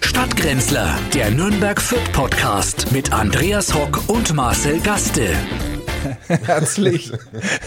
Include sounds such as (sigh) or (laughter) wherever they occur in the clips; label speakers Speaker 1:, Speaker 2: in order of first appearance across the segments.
Speaker 1: Grenzler, der Nürnberg Fit Podcast mit Andreas Hock und Marcel Gaste.
Speaker 2: Herzlich,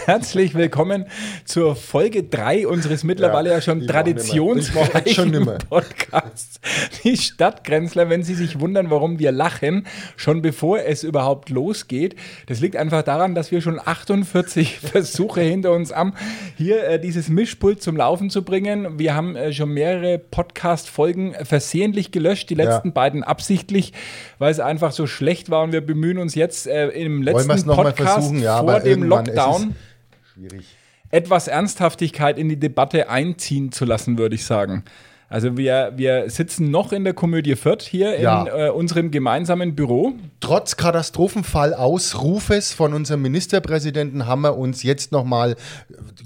Speaker 2: herzlich willkommen zur Folge 3 unseres mittlerweile ja,
Speaker 3: Ja,
Speaker 2: schon
Speaker 3: ich brauch nimmer. Ich brauch schon
Speaker 2: traditionsreichen
Speaker 3: nimmer.
Speaker 2: Podcasts. Die Stadtgrenzler, wenn Sie sich wundern, warum wir lachen, schon bevor es überhaupt losgeht, das liegt einfach daran, dass wir schon 48 (laughs) Versuche hinter uns haben, hier äh, dieses Mischpult zum Laufen zu bringen. Wir haben äh, schon mehrere Podcast-Folgen versehentlich gelöscht, die letzten beiden absichtlich, weil es einfach so schlecht war und wir bemühen uns jetzt äh, im letzten
Speaker 3: Wollen wir es noch mal
Speaker 2: Podcast
Speaker 3: versuchen? Ja,
Speaker 2: vor
Speaker 3: aber
Speaker 2: dem
Speaker 3: irgendwann, es
Speaker 2: Lockdown
Speaker 3: ist- Schwierig.
Speaker 2: etwas Ernsthaftigkeit in die Debatte einziehen zu lassen, würde ich sagen. Also wir, wir sitzen noch in der Komödie Fürth hier
Speaker 3: Ja.
Speaker 2: in äh, unserem gemeinsamen Büro.
Speaker 3: Trotz Katastrophenfallausrufes von unserem Ministerpräsidenten haben wir uns jetzt nochmal,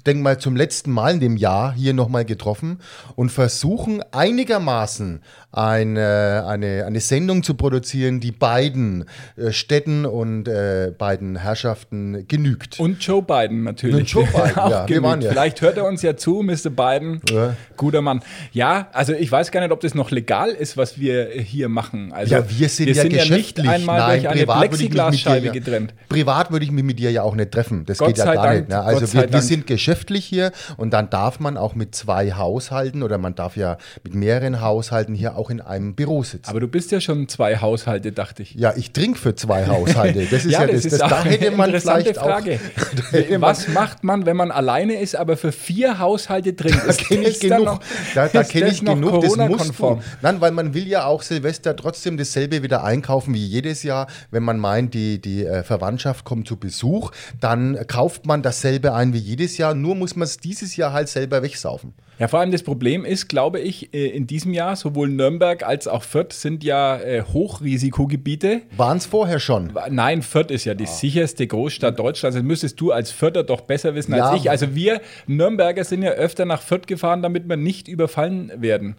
Speaker 3: denk mal zum letzten Mal in dem Jahr hier nochmal getroffen und versuchen einigermaßen eine, eine, eine Sendung zu produzieren, die beiden äh, Städten und äh, beiden Herrschaften genügt.
Speaker 2: Und Joe Biden natürlich.
Speaker 3: Und
Speaker 2: (laughs)
Speaker 3: Joe Biden,
Speaker 2: Auch
Speaker 3: ja, wir
Speaker 2: genügt.
Speaker 3: waren ja.
Speaker 2: Vielleicht hört er uns ja zu, Mr. Biden.
Speaker 3: Ja.
Speaker 2: Guter Mann. Ja, also ich weiß gar nicht, ob das noch legal ist, was wir hier machen. Also
Speaker 3: ja, wir sind ja geschäftlich.
Speaker 2: nicht einmal
Speaker 3: Nein,
Speaker 2: durch eine
Speaker 3: privat würde ich mich mit dir,
Speaker 2: Plexiglasscheibe
Speaker 3: ja-
Speaker 2: getrennt.
Speaker 3: Privat würde ich mich mit dir ja auch nicht treffen. Das
Speaker 2: Gott
Speaker 3: geht ja
Speaker 2: sei
Speaker 3: gar
Speaker 2: Dank,
Speaker 3: nicht. Ne?
Speaker 2: Gott
Speaker 3: Also
Speaker 2: sei
Speaker 3: wir, wir
Speaker 2: Dank.
Speaker 3: sind geschäftlich hier und dann darf man auch mit zwei Haushalten oder man darf ja mit mehreren Haushalten hier auch in einem Büro sitzen.
Speaker 2: Aber du bist ja schon zwei Haushalte, dachte ich.
Speaker 3: ja, ich trinke
Speaker 2: (laughs)
Speaker 3: für zwei Haushalte. Das ist ja, das. das
Speaker 2: auch
Speaker 3: da hätte man vielleicht
Speaker 2: Frage.
Speaker 3: auch. (laughs) da hätte man-
Speaker 2: Was macht man, wenn man alleine ist, aber für vier Haushalte drin
Speaker 3: Da
Speaker 2: ist?
Speaker 3: kenne ich
Speaker 2: Ist dann
Speaker 3: genug.
Speaker 2: noch-
Speaker 3: da da
Speaker 2: ist
Speaker 3: kenne
Speaker 2: das
Speaker 3: ich
Speaker 2: noch
Speaker 3: genug. Das musst
Speaker 2: Corona-konform?
Speaker 3: du. Nein, weil man will ja auch Silvester trotzdem dasselbe wieder einkaufen wie jedes Jahr. Wenn man meint, die, die äh, Verwandtschaft kommt zu Besuch, dann kauft man dasselbe ein wie jedes Jahr. Nur muss man es dieses Jahr halt selber wegsaufen.
Speaker 2: Ja, vor allem das Problem ist, glaube ich, äh, in diesem Jahr sowohl Nürnberg als auch Fürth sind ja äh, Hochrisikogebiete.
Speaker 3: Waren es vorher schon.
Speaker 2: Nein, Fürth ist ja
Speaker 3: Ah.
Speaker 2: die sicherste Großstadt Deutschlands. Das müsstest du als Fürther doch besser wissen als
Speaker 3: Ja.
Speaker 2: ich. Also wir Nürnberger sind ja öfter nach Fürth gefahren, damit wir nicht überfallen werden.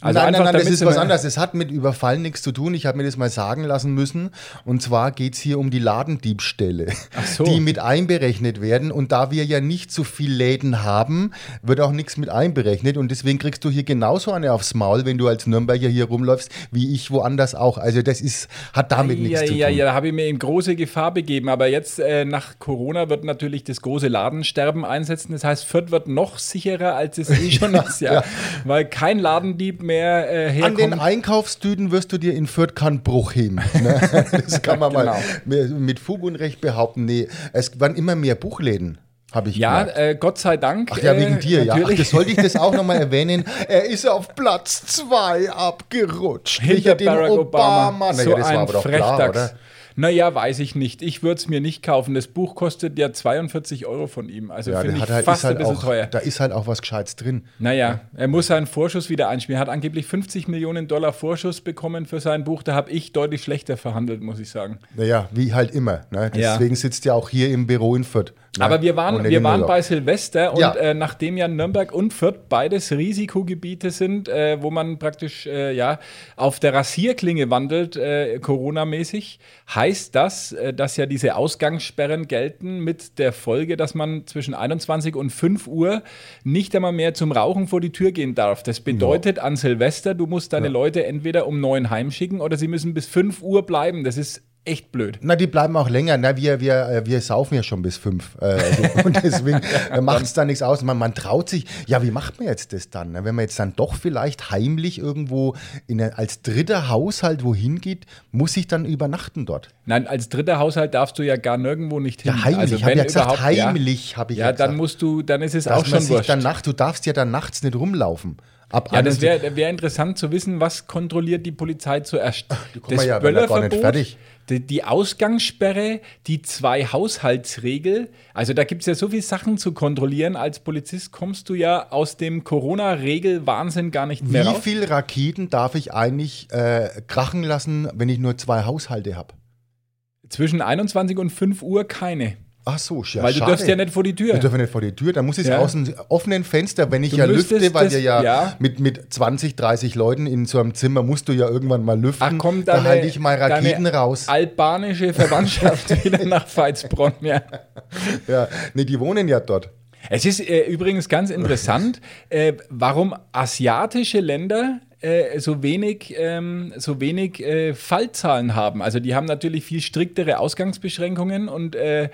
Speaker 2: Also
Speaker 3: nein,
Speaker 2: einfach,
Speaker 3: nein, nein, das
Speaker 2: damit
Speaker 3: ist
Speaker 2: sie
Speaker 3: was
Speaker 2: mal-
Speaker 3: anderes. Es hat mit Überfall nichts zu tun. Ich habe mir das mal sagen lassen müssen. Und zwar geht es hier um die Ladendiebstähle,
Speaker 2: so.
Speaker 3: die mit einberechnet werden. Und da wir ja nicht so viele Läden haben, wird auch nichts mit einberechnet. Und deswegen kriegst du hier genauso eine aufs Maul, wenn du als Nürnberger hier rumläufst, wie ich woanders auch. Also das ist, hat damit nichts
Speaker 2: ja,
Speaker 3: zu tun.
Speaker 2: ja, ja, da habe ich mir in große Gefahr begeben. Aber jetzt äh, nach Corona wird natürlich das große Ladensterben einsetzen. Das heißt, Fürth wird noch sicherer, als es eh schon
Speaker 3: (laughs)
Speaker 2: ist, ja. Weil kein Ladendieb mehr äh,
Speaker 3: An
Speaker 2: herkommt.
Speaker 3: den Einkaufstüten wirst du dir in Fürth keinen Bruch heben.
Speaker 2: (laughs)
Speaker 3: Ne? Das kann man
Speaker 2: Genau.
Speaker 3: mal mit Fug und Recht behaupten. Nee, es waren immer mehr Buchläden, habe ich
Speaker 2: ja,
Speaker 3: gemerkt.
Speaker 2: äh, Gott sei Dank.
Speaker 3: Ach ja, wegen
Speaker 2: äh,
Speaker 3: dir, ja. Ach,
Speaker 2: natürlich.
Speaker 3: das sollte ich das auch nochmal erwähnen. Er ist auf Platz 2 abgerutscht.
Speaker 2: (laughs) hinter Barack Obama.
Speaker 3: Naja,
Speaker 2: so
Speaker 3: das
Speaker 2: ein
Speaker 3: war aber doch klar,
Speaker 2: Frechdachs.
Speaker 3: oder?
Speaker 2: Naja, weiß ich nicht. Ich würde es mir nicht kaufen. Das Buch kostet ja 42 Euro von ihm. Also
Speaker 3: Ja,
Speaker 2: finde
Speaker 3: der
Speaker 2: ich
Speaker 3: hat halt,
Speaker 2: fast
Speaker 3: ist halt
Speaker 2: ein bisschen
Speaker 3: auch,
Speaker 2: teuer.
Speaker 3: Da ist halt auch was Gescheites drin.
Speaker 2: Naja, er muss seinen Vorschuss wieder einspielen. Er hat angeblich 50 Millionen Dollar Vorschuss bekommen für sein Buch. Da habe ich deutlich schlechter verhandelt, muss ich sagen.
Speaker 3: Naja, wie halt immer. Ne?
Speaker 2: Ja.
Speaker 3: Deswegen sitzt ja auch hier im Büro in Fürth. ne?
Speaker 2: Aber wir waren,
Speaker 3: Ohne
Speaker 2: wir
Speaker 3: den
Speaker 2: waren
Speaker 3: Urlaub.
Speaker 2: bei Silvester und
Speaker 3: Ja.
Speaker 2: äh, nachdem ja Nürnberg und Fürth beides Risikogebiete sind, äh, wo man praktisch äh, ja, auf der Rasierklinge wandelt, äh, Corona-mäßig, heißt das, äh, dass ja diese Ausgangssperren gelten mit der Folge, dass man zwischen 21 und 5 Uhr nicht einmal mehr zum Rauchen vor die Tür gehen darf. Das bedeutet an Silvester, du musst deine Leute entweder um 9 heimschicken oder sie müssen bis 5 Uhr bleiben. Das ist echt blöd.
Speaker 3: Na, die bleiben auch länger. Na, wir, wir, äh, wir saufen ja schon bis fünf. Äh, so. (laughs) und
Speaker 2: (laughs)
Speaker 3: deswegen macht es da nichts aus. Man, man traut sich. Ja, wie macht man jetzt das dann? ne? Wenn man jetzt dann doch vielleicht heimlich irgendwo in, ein- als dritter Haushalt wohin geht, muss ich dann übernachten dort.
Speaker 2: Nein, als dritter Haushalt darfst du ja gar nirgendwo nicht hin. Also
Speaker 3: Ja, heimlich. Ich hab
Speaker 2: wenn
Speaker 3: ja gesagt,
Speaker 2: überhaupt,
Speaker 3: heimlich, hab ich
Speaker 2: ja,
Speaker 3: ja
Speaker 2: dann
Speaker 3: gesagt.
Speaker 2: musst du, dann ist es auch
Speaker 3: Dass man
Speaker 2: schon
Speaker 3: sich
Speaker 2: wurscht.
Speaker 3: dann nachts, du darfst ja dann nachts nicht rumlaufen. Ab
Speaker 2: Ja, das
Speaker 3: 21
Speaker 2: wäre wär interessant zu wissen, was kontrolliert die Polizei zuerst?
Speaker 3: guck mal, ja, wir werden gar nicht fertig.
Speaker 2: die, die Ausgangssperre, die zwei Haushaltsregel. Also da gibt es ja so viele Sachen zu kontrollieren. Als Polizist kommst du ja aus dem Corona-Regel-Wahnsinn gar nicht mehr
Speaker 3: Wie
Speaker 2: raus.
Speaker 3: viel Raketen darf ich eigentlich äh, krachen lassen, wenn ich nur zwei Haushalte habe?
Speaker 2: Zwischen 21 und 5 Uhr keine.
Speaker 3: Ach so, ja,
Speaker 2: Weil du
Speaker 3: schade.
Speaker 2: darfst ja nicht vor die Tür.
Speaker 3: Wir dürfen nicht vor die Tür, dann muss ich
Speaker 2: Ja.
Speaker 3: aus dem offenen Fenster, wenn ich
Speaker 2: Du
Speaker 3: ja
Speaker 2: müsstest
Speaker 3: lüfte, weil
Speaker 2: das-
Speaker 3: wir ja,
Speaker 2: ja.
Speaker 3: Mit, mit 20, 30 Leuten in so einem Zimmer musst du ja irgendwann mal lüften.
Speaker 2: Ach komm,
Speaker 3: da
Speaker 2: deine,
Speaker 3: halte ich mal Raketen
Speaker 2: deine
Speaker 3: raus.
Speaker 2: Albanische Verwandtschaft (laughs) wieder nach Veitsbronn. Ja.
Speaker 3: Ja. Nee, die wohnen ja dort.
Speaker 2: Es ist äh, übrigens ganz interessant, äh, warum asiatische Länder äh, so wenig, ähm, so wenig äh, Fallzahlen haben. Also die haben natürlich viel striktere Ausgangsbeschränkungen und äh,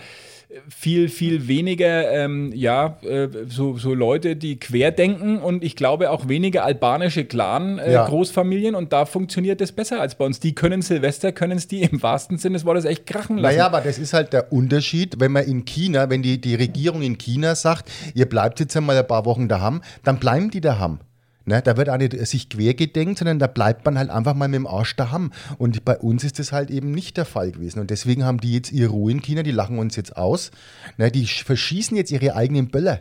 Speaker 2: viel, viel weniger, ähm, ja, äh, so, so Leute, die querdenken und ich glaube auch weniger albanische
Speaker 3: Ja.
Speaker 2: Clan-Großfamilien und da funktioniert es besser als bei uns. Die können Silvester, können es die im wahrsten Sinne des Wortes echt krachen lassen.
Speaker 3: Naja, aber das ist halt der Unterschied, wenn man in China, wenn die, die Regierung in China sagt, ihr bleibt jetzt einmal ein paar Wochen daheim, dann bleiben die daheim. Ne, da wird auch nicht sich quergedenkt, sondern da bleibt man halt einfach mal mit dem Arsch daheim. Und bei uns ist das halt eben nicht der Fall gewesen. Und deswegen haben die jetzt ihre Ruhe in China, die lachen uns jetzt aus. Ne, die sch- verschießen jetzt ihre eigenen Böller.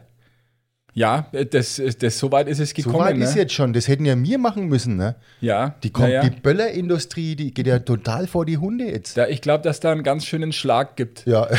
Speaker 2: Ja, äh, das, ist- das, so weit ist es
Speaker 3: So
Speaker 2: gekommen.
Speaker 3: weit
Speaker 2: ne?
Speaker 3: ist jetzt schon, das hätten ja wir machen müssen. Ne?
Speaker 2: ja,
Speaker 3: Die, kommt,
Speaker 2: naja.
Speaker 3: die Böllerindustrie, die geht ja total vor die Hunde jetzt.
Speaker 2: Da, ich glaube, dass da einen ganz schönen Schlag gibt. (laughs)
Speaker 3: Ja.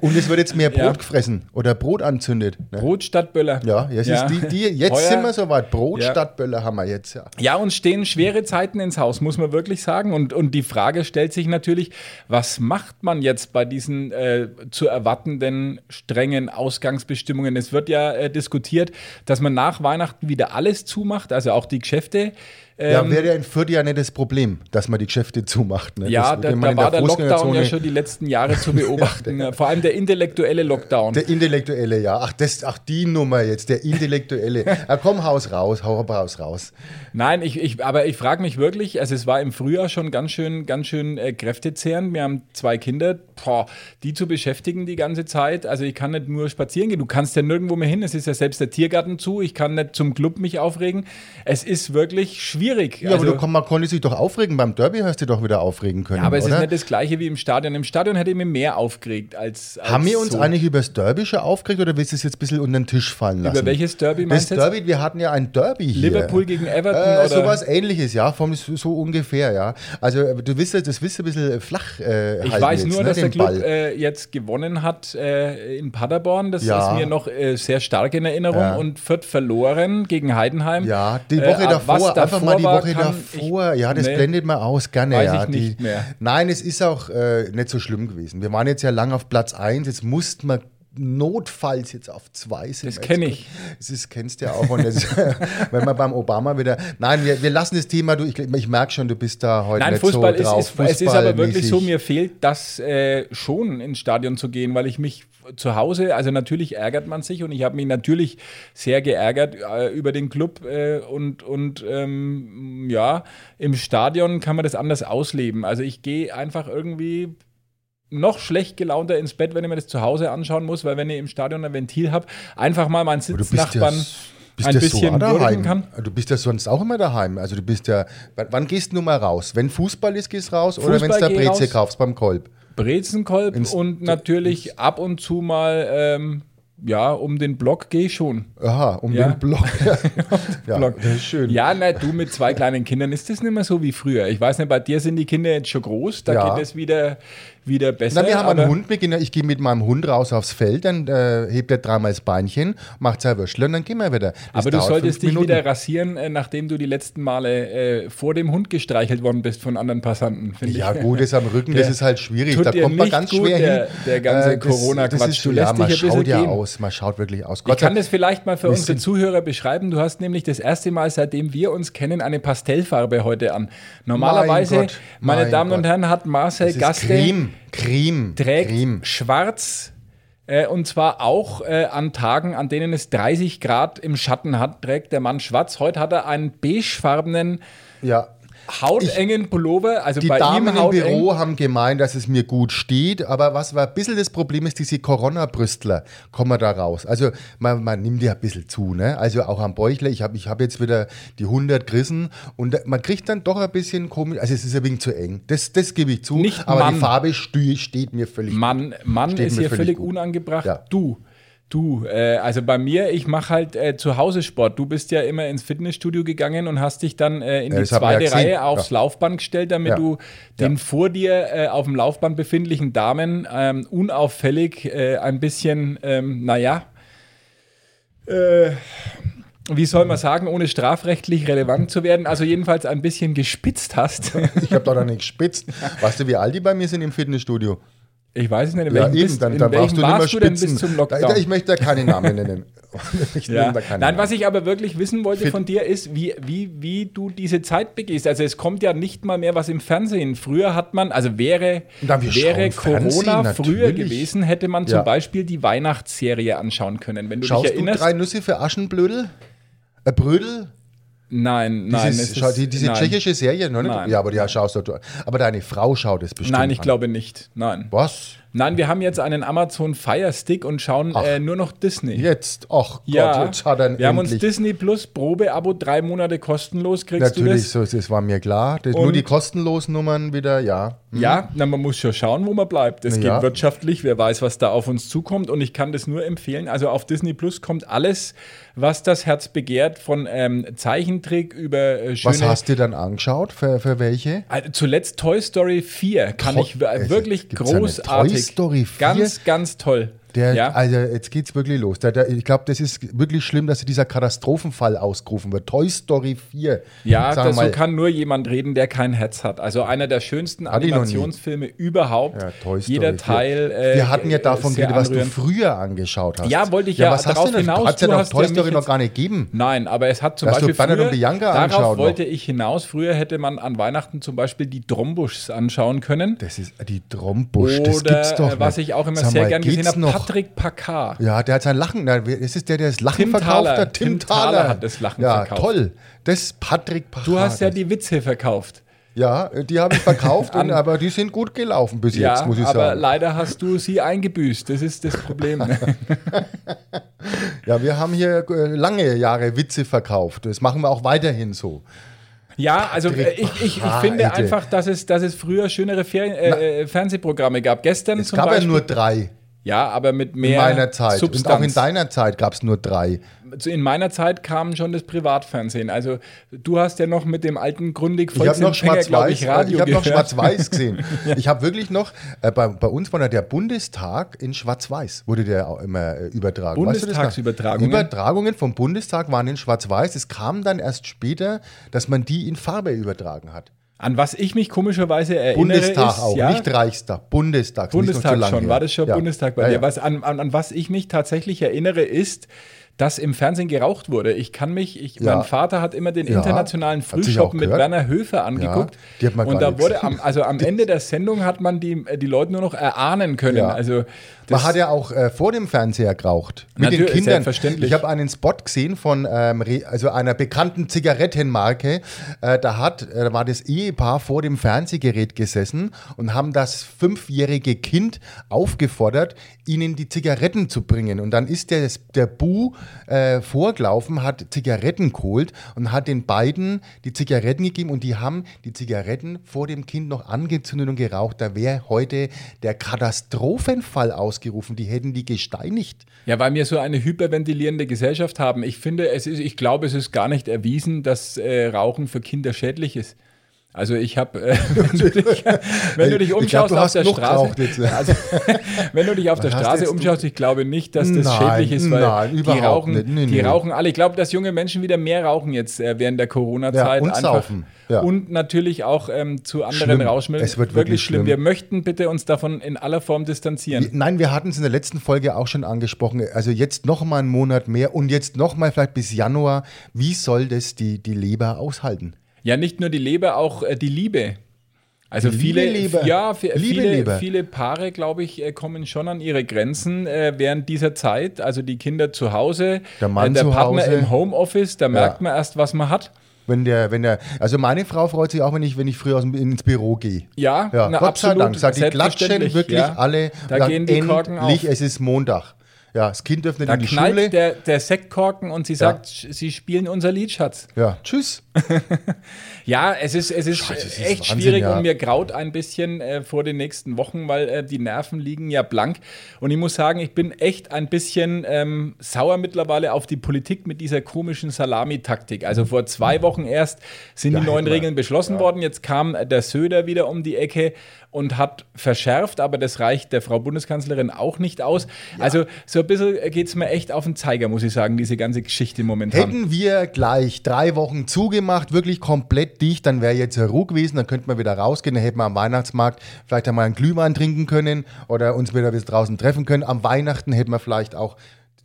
Speaker 3: Und es wird jetzt mehr Brot
Speaker 2: Ja.
Speaker 3: gefressen oder Brot anzündet. Ne?
Speaker 2: Brot statt Böller.
Speaker 3: Ja, jetzt ist die, die, jetzt
Speaker 2: Heuer-
Speaker 3: sind wir soweit. Brot
Speaker 2: Ja.
Speaker 3: statt Böller haben wir jetzt, ja.
Speaker 2: Ja, uns stehen schwere Zeiten ins Haus, muss man wirklich sagen. Und, und die Frage stellt sich natürlich, was macht man jetzt bei diesen äh, zu erwartenden strengen Ausgangsbestimmungen? Es wird ja äh, diskutiert, dass man nach Weihnachten wieder alles zumacht, also auch die Geschäfte. Ähm,
Speaker 3: ja, wäre ja in Fürth ja nicht das Problem, dass man die Geschäfte zumacht. Ne?
Speaker 2: Ja,
Speaker 3: das,
Speaker 2: da,
Speaker 3: wenn man
Speaker 2: da
Speaker 3: in
Speaker 2: war der Lockdown
Speaker 3: Fußgängerzone-
Speaker 2: ja schon die letzten Jahre
Speaker 3: (laughs)
Speaker 2: zu beobachten. Vor allem der intellektuelle Lockdown.
Speaker 3: Der Intellektuelle, ja. Ach, das, ach, die Nummer jetzt, der Intellektuelle. ah, komm, haus raus, hau raus, raus.
Speaker 2: Nein, ich, ich, aber ich frage mich wirklich, also es war im Frühjahr schon ganz schön, ganz schön äh, kräftezehrend. Wir haben zwei Kinder, boah, die zu beschäftigen die ganze Zeit. Also ich kann nicht nur spazieren gehen, du kannst ja nirgendwo mehr hin. Es ist ja selbst der Tiergarten zu, ich kann nicht zum Club mich aufregen. Es ist wirklich schwierig. Also,
Speaker 3: Ja, aber du, Also komm, man konnte sich doch aufregen. Beim Derby hast du dich doch wieder aufregen können.
Speaker 2: ja, aber es
Speaker 3: oder?
Speaker 2: ist nicht das gleiche wie im Stadion. Im Stadion hätte ich mich mehr aufgeregt als, als
Speaker 3: Haben wir uns
Speaker 2: so.
Speaker 3: eigentlich über das Derby schon aufgeregt oder willst du es jetzt ein bisschen unter den Tisch fallen lassen?
Speaker 2: Über welches Derby
Speaker 3: Das
Speaker 2: meinst du jetzt?
Speaker 3: Derby, wir hatten ja ein Derby hier.
Speaker 2: Liverpool gegen Everton
Speaker 3: äh,
Speaker 2: oder-
Speaker 3: Sowas ähnliches, ja, vom, so ungefähr, ja. Also äh, du wirst das- das wirst du ein bisschen flach äh,
Speaker 2: Ich
Speaker 3: halten
Speaker 2: weiß
Speaker 3: jetzt,
Speaker 2: nur,
Speaker 3: ne,
Speaker 2: dass der
Speaker 3: den
Speaker 2: Club
Speaker 3: Ball.
Speaker 2: äh, jetzt gewonnen hat äh, in Paderborn. Das
Speaker 3: Ja.
Speaker 2: ist mir noch äh, sehr stark in Erinnerung.
Speaker 3: Ja.
Speaker 2: Und Fürth verloren gegen Heidenheim.
Speaker 3: ja, die
Speaker 2: Äh,
Speaker 3: Woche
Speaker 2: ab
Speaker 3: davor,
Speaker 2: was
Speaker 3: einfach mal die
Speaker 2: war,
Speaker 3: Woche
Speaker 2: kann
Speaker 3: davor.
Speaker 2: ich-
Speaker 3: ja, das
Speaker 2: nee.
Speaker 3: blendet man aus, gerne.
Speaker 2: Weiß
Speaker 3: ja,
Speaker 2: ich
Speaker 3: die,
Speaker 2: nicht mehr.
Speaker 3: Nein, es ist auch äh, nicht so schlimm gewesen. Wir waren jetzt ja lang auf Platz 1, jetzt mussten wir notfalls jetzt auf 2 sind.
Speaker 2: Das
Speaker 3: wir jetzt
Speaker 2: kenn ich.
Speaker 3: Das ist, kennst du ja auch. Und das, (laughs) wenn man beim Obama wieder. Nein, wir, wir lassen das Thema. Du, ich ich merke schon, du bist da heute
Speaker 2: Nein,
Speaker 3: nicht
Speaker 2: Fußball,
Speaker 3: so
Speaker 2: ist,
Speaker 3: drauf.
Speaker 2: ist, es ist aber wirklich
Speaker 3: fußballmäßig.
Speaker 2: so, mir fehlt das äh, schon ins Stadion zu gehen, weil ich mich zu Hause, also natürlich ärgert man sich und ich habe mich natürlich sehr geärgert äh, über den Club äh, und, und ähm, ja, im Stadion kann man das anders ausleben. Also ich gehe einfach irgendwie noch schlecht gelaunter ins Bett, wenn ich mir das zu Hause anschauen muss, weil wenn ich im Stadion ein Ventil habe, einfach mal meinen
Speaker 3: Du bist ja,
Speaker 2: Sitznachbarn
Speaker 3: bist
Speaker 2: ein
Speaker 3: ja
Speaker 2: bisschen
Speaker 3: so auch
Speaker 2: würgen
Speaker 3: daheim.
Speaker 2: kann.
Speaker 3: Du bist ja sonst auch immer daheim. Also du bist ja. Wann, wann gehst du mal raus? Wenn Fußball ist, gehst raus oder wenn du
Speaker 2: Fußball
Speaker 3: da
Speaker 2: geh
Speaker 3: Breze
Speaker 2: raus.
Speaker 3: kaufst beim Kolb.
Speaker 2: Brezenkolb
Speaker 3: Ins-
Speaker 2: und natürlich ab und zu mal, ähm, ja, um den Block gehe ich schon.
Speaker 3: Aha, um
Speaker 2: Ja. Um
Speaker 3: den
Speaker 2: (laughs)
Speaker 3: Block. ja,
Speaker 2: Block.
Speaker 3: Das ist schön.
Speaker 2: Ja, na, du mit zwei kleinen Kindern ist das nicht mehr so wie früher. Ich weiß nicht, bei dir sind die Kinder jetzt schon groß, da
Speaker 3: Ja.
Speaker 2: geht es wieder, wieder besser.
Speaker 3: Na, wir haben
Speaker 2: Äh, aber-
Speaker 3: einen Hund, wir gehen, ich gehe mit meinem Hund raus aufs Feld, dann äh, hebt er dreimal das Beinchen, macht sein Würstel und dann gehen wir wieder. Das
Speaker 2: Aber du
Speaker 3: dauert
Speaker 2: solltest
Speaker 3: fünf
Speaker 2: dich
Speaker 3: Minuten.
Speaker 2: wieder rasieren, äh, nachdem du die letzten Male äh, vor dem Hund gestreichelt worden bist von anderen Passanten, finde
Speaker 3: Ja,
Speaker 2: ich.
Speaker 3: gut, das am Rücken, das
Speaker 2: Der
Speaker 3: ist halt schwierig.
Speaker 2: tut
Speaker 3: Da
Speaker 2: dir
Speaker 3: kommt man
Speaker 2: nicht
Speaker 3: ganz
Speaker 2: gut,
Speaker 3: schwer
Speaker 2: der-
Speaker 3: hin.
Speaker 2: der ganze
Speaker 3: Äh, das-
Speaker 2: Corona-Quatsch.
Speaker 3: das ist-
Speaker 2: Du lässt
Speaker 3: ja,
Speaker 2: dich
Speaker 3: man
Speaker 2: ein bisschen
Speaker 3: schaut ja
Speaker 2: gehen.
Speaker 3: aus, man schaut wirklich aus.
Speaker 2: Ich
Speaker 3: Gott sei
Speaker 2: kann das vielleicht mal für
Speaker 3: Wir
Speaker 2: unsere
Speaker 3: sind-
Speaker 2: Zuhörer beschreiben. Du hast nämlich das erste Mal, seitdem wir uns kennen, eine Pastellfarbe heute an. Normalerweise,
Speaker 3: Mein Gott,
Speaker 2: meine
Speaker 3: mein
Speaker 2: Damen und
Speaker 3: Gott.
Speaker 2: Herren, hat Marcel
Speaker 3: das ist
Speaker 2: Gaste
Speaker 3: Creme, Creme,
Speaker 2: trägt
Speaker 3: Creme.
Speaker 2: schwarz. äh, Und zwar auch äh, an Tagen, an denen es 30 Grad im Schatten hat, trägt der Mann schwarz. Heute hat er einen beigefarbenen,
Speaker 3: Ja.
Speaker 2: hautengen Pullover. Also
Speaker 3: Die
Speaker 2: bei
Speaker 3: Damen
Speaker 2: ihm
Speaker 3: im
Speaker 2: hauteng.
Speaker 3: Büro haben gemeint, dass es mir gut steht, aber was war ein bisschen das Problem ist, diese Corona-Brüstler kommen da raus. Also man, man nimmt ja ein bisschen zu, ne? Also auch am Bäuchler, ich habe ich hab jetzt wieder die 100 gerissen und da- man kriegt dann doch ein bisschen komisch, also es ist ein wenig zu eng, das, das gebe ich zu,
Speaker 2: Nicht
Speaker 3: aber
Speaker 2: Mann.
Speaker 3: die Farbe stü- steht mir völlig
Speaker 2: Mann, Mann
Speaker 3: Steht
Speaker 2: ist
Speaker 3: mir
Speaker 2: hier
Speaker 3: völlig
Speaker 2: völlig
Speaker 3: gut.
Speaker 2: unangebracht.
Speaker 3: Ja.
Speaker 2: Du, du, äh, also bei mir, ich mache halt äh, zu Hause Sport. Du bist ja immer ins Fitnessstudio gegangen und hast dich dann äh, in die
Speaker 3: das hat man ja
Speaker 2: zweite
Speaker 3: gesehen.
Speaker 2: Reihe aufs Laufband gestellt, damit
Speaker 3: Ja.
Speaker 2: du den vor dir äh, auf dem Laufband befindlichen Damen ähm, unauffällig äh, ein bisschen, ähm, naja, äh, wie soll man sagen, ohne strafrechtlich relevant zu werden, also jedenfalls ein bisschen gespitzt
Speaker 3: (laughs)
Speaker 2: hast.
Speaker 3: Ich habe da noch nicht gespitzt. Weißt du, wie alt die bei mir sind im Fitnessstudio?
Speaker 2: Ich weiß nicht, in
Speaker 3: Ja,
Speaker 2: welchem,
Speaker 3: eben,
Speaker 2: bist,
Speaker 3: dann,
Speaker 2: in
Speaker 3: dann
Speaker 2: welchem
Speaker 3: brauchst du nicht mehr
Speaker 2: warst du denn
Speaker 3: spitzen.
Speaker 2: bis zum
Speaker 3: Da-
Speaker 2: Lockdown?
Speaker 3: da- ich möchte da keine Namen nennen. (laughs) ich
Speaker 2: Ja.
Speaker 3: nehme da keine
Speaker 2: Nein,
Speaker 3: Ahnung.
Speaker 2: was ich aber wirklich wissen wollte
Speaker 3: Fit-
Speaker 2: von dir ist, wie, wie, wie du diese Zeit begehst. Also es kommt ja nicht mal mehr was im Fernsehen. Früher hat man, also wäre,
Speaker 3: Na, wir
Speaker 2: wäre
Speaker 3: schauen Fernsehen,
Speaker 2: Corona früher
Speaker 3: natürlich.
Speaker 2: gewesen, hätte man zum
Speaker 3: Ja.
Speaker 2: Beispiel die Weihnachtsserie anschauen können. Wenn du
Speaker 3: Schaust
Speaker 2: dich
Speaker 3: du
Speaker 2: erinnerst.
Speaker 3: drei Nüsse für Aschenblödel? Äh, Brödel?
Speaker 2: nein, nein.
Speaker 3: Dieses,
Speaker 2: es ist-
Speaker 3: schau, die, diese
Speaker 2: nein.
Speaker 3: tschechische Serie? Noch nicht?
Speaker 2: Nein.
Speaker 3: Ja, aber die schaust du. Aber deine Frau schaut es bestimmt.
Speaker 2: Nein, ich
Speaker 3: an.
Speaker 2: glaube nicht. Nein.
Speaker 3: Was?
Speaker 2: Nein, wir haben jetzt einen Amazon Fire Stick und schauen
Speaker 3: Ach.
Speaker 2: äh, nur noch Disney.
Speaker 3: Jetzt? Ach Gott,
Speaker 2: Ja,
Speaker 3: jetzt hat er
Speaker 2: wir haben uns
Speaker 3: endlich-
Speaker 2: Disney Plus Probeabo drei Monate kostenlos, kriegst du das?
Speaker 3: Natürlich, so, ist es war mir klar. Das, nur
Speaker 2: Und-
Speaker 3: die kostenlosen Nummern wieder, ja.
Speaker 2: Ja, na, man muss schon schauen, wo man bleibt. Es
Speaker 3: Mhm. Ja.
Speaker 2: geht wirtschaftlich, wer weiß, was da auf uns zukommt. Und ich kann das nur empfehlen. Also auf Disney Plus kommt alles, was das Herz begehrt, von ähm, Zeichentrick über äh, schöne...
Speaker 3: Was hast du dann angeschaut? Für, für welche?
Speaker 2: Also zuletzt Toy Story 4 kann
Speaker 3: Toy-
Speaker 2: ich wir-
Speaker 3: Also,
Speaker 2: wirklich
Speaker 3: gibt's eine
Speaker 2: großartig.
Speaker 3: Toy Story 4?
Speaker 2: Ganz, ganz toll.
Speaker 3: Der,
Speaker 2: ja.
Speaker 3: Also jetzt geht's wirklich los. Der, der, ich glaube, das ist wirklich schlimm, dass dieser Katastrophenfall ausgerufen wird. Toy Story 4.
Speaker 2: Ja,
Speaker 3: Sagen wir
Speaker 2: das, so
Speaker 3: mal,
Speaker 2: kann nur jemand reden, der kein Herz hat. Also einer der schönsten
Speaker 3: Hatte ich noch nie.
Speaker 2: Animationsfilme überhaupt.
Speaker 3: ja, Toy Story
Speaker 2: Jeder
Speaker 3: 4.
Speaker 2: Teil. äh,
Speaker 3: Wir hatten ja davon
Speaker 2: sehr
Speaker 3: geredet, was du
Speaker 2: anrührend.
Speaker 3: früher angeschaut hast.
Speaker 2: Ja, wollte ich ja
Speaker 3: was hast
Speaker 2: darauf
Speaker 3: du denn?
Speaker 2: hinaus.
Speaker 3: Hat's ja
Speaker 2: Du
Speaker 3: doch
Speaker 2: hast
Speaker 3: Toy
Speaker 2: ja mich
Speaker 3: Story noch
Speaker 2: jetzt-
Speaker 3: gar nicht gegeben.
Speaker 2: Nein, aber es hat zum
Speaker 3: Dass du
Speaker 2: Beispiel
Speaker 3: Bernhard
Speaker 2: früher,
Speaker 3: und Bianca anschaut
Speaker 2: darauf
Speaker 3: noch.
Speaker 2: wollte ich hinaus, früher hätte man an Weihnachten zum Beispiel die Drombuschs anschauen können.
Speaker 3: Das ist äh, die Trombusch, das
Speaker 2: oder
Speaker 3: gibt's doch
Speaker 2: äh, was
Speaker 3: nicht.
Speaker 2: ich auch immer
Speaker 3: Sag
Speaker 2: sehr
Speaker 3: mal,
Speaker 2: gern
Speaker 3: geht's
Speaker 2: gesehen habe,
Speaker 3: noch?
Speaker 2: Patrick Packard.
Speaker 3: Ja, der hat sein Lachen. Na, wer- Das ist der, der das Lachen
Speaker 2: Tim
Speaker 3: verkauft
Speaker 2: Thaler.
Speaker 3: hat. Tim,
Speaker 2: Tim
Speaker 3: Thaler.
Speaker 2: Thaler hat das Lachen
Speaker 3: ja,
Speaker 2: verkauft.
Speaker 3: toll. Das ist Patrick Pachard.
Speaker 2: Du hast ja die Witze verkauft.
Speaker 3: Ja, die habe ich
Speaker 2: (laughs)
Speaker 3: verkauft, und,
Speaker 2: An-
Speaker 3: aber die sind gut gelaufen bis
Speaker 2: Ja,
Speaker 3: jetzt, muss ich
Speaker 2: aber
Speaker 3: sagen.
Speaker 2: leider hast du sie eingebüßt. Das ist das
Speaker 3: (laughs)
Speaker 2: Problem.
Speaker 3: Ja, wir haben hier äh, lange Jahre Witze verkauft. Das machen wir auch weiterhin so.
Speaker 2: Ja, also äh,
Speaker 3: Patrick
Speaker 2: ich, ich, ich
Speaker 3: Bachar,
Speaker 2: finde
Speaker 3: Alter.
Speaker 2: einfach, dass es, dass es früher schönere Ferien, äh, äh, Fernsehprogramme gab. Gestern
Speaker 3: Es
Speaker 2: zum
Speaker 3: gab
Speaker 2: Beispiel.
Speaker 3: ja nur drei
Speaker 2: ja, aber mit
Speaker 3: in
Speaker 2: mehr
Speaker 3: meiner Zeit.
Speaker 2: Substanz.
Speaker 3: Und auch in deiner Zeit gab es nur drei.
Speaker 2: Zu- in meiner Zeit kam schon das Privatfernsehen. Also du hast ja noch mit dem alten Grundig
Speaker 3: Ich habe
Speaker 2: Volksempfänger,
Speaker 3: noch
Speaker 2: glaub
Speaker 3: schwarz-weiß
Speaker 2: ich,
Speaker 3: ich
Speaker 2: Radio
Speaker 3: hab noch
Speaker 2: gehört.
Speaker 3: Schwarz-Weiß gesehen.
Speaker 2: (laughs)
Speaker 3: Ich habe wirklich noch, äh, bei, bei uns war ja der Bundestag in schwarz-weiß, wurde der auch immer äh, übertragen.
Speaker 2: Bundestagsübertragungen?
Speaker 3: noch? Übertragungen vom Bundestag waren in schwarz-weiß. Es kam dann erst später, dass man die in Farbe übertragen hat.
Speaker 2: An was ich mich komischerweise erinnere
Speaker 3: Bundestag
Speaker 2: ist,
Speaker 3: auch,
Speaker 2: ja,
Speaker 3: nicht Reichstag, Bundestag. ist nicht noch so
Speaker 2: Bundestag
Speaker 3: lang
Speaker 2: schon,
Speaker 3: her.
Speaker 2: war das schon
Speaker 3: Ja.
Speaker 2: Bundestag bei
Speaker 3: Ja,
Speaker 2: dir?
Speaker 3: ja.
Speaker 2: Was, an, an, an was ich mich tatsächlich erinnere, ist, dass im Fernsehen geraucht wurde. Ich kann mich, ich,
Speaker 3: Ja.
Speaker 2: mein Vater hat immer den
Speaker 3: Ja.
Speaker 2: internationalen
Speaker 3: Hat sich auch
Speaker 2: Frühschoppen mit
Speaker 3: gehört.
Speaker 2: Werner Höfer angeguckt.
Speaker 3: Ja, die hat man
Speaker 2: und
Speaker 3: gar
Speaker 2: da
Speaker 3: nicht
Speaker 2: wurde,
Speaker 3: gesehen.
Speaker 2: am, also
Speaker 3: (laughs)
Speaker 2: am Ende der Sendung hat man die, äh, die Leute nur noch erahnen können.
Speaker 3: Ja.
Speaker 2: Also
Speaker 3: Man hat ja auch äh, vor dem Fernseher geraucht. Mit den
Speaker 2: Natürlich,
Speaker 3: Kindern.
Speaker 2: selbstverständlich.
Speaker 3: Ich habe einen Spot gesehen von ähm, Re- also einer bekannten Zigarettenmarke. Äh, da hat, äh, da war das Ehepaar vor dem Fernsehgerät gesessen und haben das fünfjährige Kind aufgefordert, ihnen die Zigaretten zu bringen. Und dann ist der, der Bu äh, vorgelaufen, hat Zigaretten geholt und hat den beiden die Zigaretten gegeben und die haben die Zigaretten vor dem Kind noch angezündet und geraucht. Da wäre heute der Katastrophenfall ausgerufen. Die hätten die gesteinigt.
Speaker 2: Ja, weil wir so eine hyperventilierende Gesellschaft haben. Ich finde, es ist, ich glaube, es ist gar nicht erwiesen, dass äh, Rauchen für Kinder schädlich ist. Also ich habe, äh, (laughs) wenn, du dich- wenn du dich
Speaker 3: Äh, Ich glaub,
Speaker 2: umschaust
Speaker 3: du
Speaker 2: auf
Speaker 3: hast
Speaker 2: der
Speaker 3: genug
Speaker 2: Straße,
Speaker 3: geraucht jetzt.
Speaker 2: also, wenn du dich auf der
Speaker 3: hast du
Speaker 2: Straße
Speaker 3: jetzt-
Speaker 2: umschaust, ich glaube nicht, dass das
Speaker 3: Nein,
Speaker 2: schädlich ist, weil
Speaker 3: nein,
Speaker 2: die
Speaker 3: überhaupt
Speaker 2: rauchen,
Speaker 3: nicht. Nee,
Speaker 2: die
Speaker 3: nee.
Speaker 2: rauchen alle. Ich glaube, dass junge Menschen wieder mehr rauchen jetzt äh, während der Corona-Zeit
Speaker 3: Ja, und
Speaker 2: einfach
Speaker 3: saufen. Ja.
Speaker 2: und natürlich auch ähm, zu anderen
Speaker 3: Schlimm.
Speaker 2: Rauschmitteln.
Speaker 3: Es wird wirklich schlimm.
Speaker 2: Wir möchten bitte uns davon in aller Form distanzieren.
Speaker 3: Nein, wir hatten es in der letzten Folge auch schon angesprochen. Also jetzt noch mal einen Monat mehr und jetzt noch mal vielleicht bis Januar. Wie soll das die, die Leber aushalten?
Speaker 2: Ja, nicht nur die Leber, auch äh, die Liebe. Also
Speaker 3: Die
Speaker 2: viele,
Speaker 3: liebe Leber.
Speaker 2: Ja, vi-
Speaker 3: Liebe
Speaker 2: viele,
Speaker 3: Leber.
Speaker 2: viele Paare, glaube ich, äh, kommen schon an ihre Grenzen äh, während dieser Zeit. Also die Kinder zu Hause, äh,
Speaker 3: Der Mann
Speaker 2: der
Speaker 3: zu
Speaker 2: Partner
Speaker 3: Hause.
Speaker 2: im Homeoffice, da merkt man erst, was man hat.
Speaker 3: Wenn der, wenn der, also meine Frau freut sich auch, wenn ich, wenn ich früh aus dem, ins Büro gehe.
Speaker 2: Ja,
Speaker 3: ja
Speaker 2: na,
Speaker 3: Gott sei
Speaker 2: absolut,
Speaker 3: Dank. Sagt die klatschen
Speaker 2: selbstverständlich,
Speaker 3: wirklich
Speaker 2: ja.
Speaker 3: alle.
Speaker 2: Da
Speaker 3: und sagen,
Speaker 2: gehen die Korken
Speaker 3: endlich,
Speaker 2: auf.
Speaker 3: es ist Montag. Ja, das Kind dürfte nicht
Speaker 2: Da
Speaker 3: in die Schule.
Speaker 2: knallt der, der Sektkorken und sie sagt, sch- sie spielen unser Lied, Schatz.
Speaker 3: ja, tschüss.
Speaker 2: Ja, es ist, es ist
Speaker 3: Scheiße, es ist
Speaker 2: echt
Speaker 3: Wahnsinn,
Speaker 2: schwierig
Speaker 3: ja.
Speaker 2: und mir graut ein bisschen äh, vor den nächsten Wochen, weil äh, die Nerven liegen ja blank. Und ich muss sagen, ich bin echt ein bisschen ähm, sauer mittlerweile auf die Politik mit dieser komischen Salamitaktik. Also vor zwei Wochen erst sind
Speaker 3: Ja,
Speaker 2: die neuen
Speaker 3: hätten wir.
Speaker 2: Regeln beschlossen worden. Jetzt kam äh, der Söder wieder um die Ecke und hat verschärft, aber das reicht der Frau Bundeskanzlerin auch nicht aus. Also so ein bisschen geht es mir echt auf den Zeiger, muss ich sagen, diese ganze Geschichte momentan.
Speaker 3: Hätten wir gleich drei Wochen zugemacht, wirklich komplett dicht, dann wäre jetzt Ruhe gewesen, dann könnte man wieder rausgehen, dann hätten wir am Weihnachtsmarkt vielleicht einmal einen Glühwein trinken können oder uns wieder bis draußen treffen können. Am Weihnachten hätten wir vielleicht auch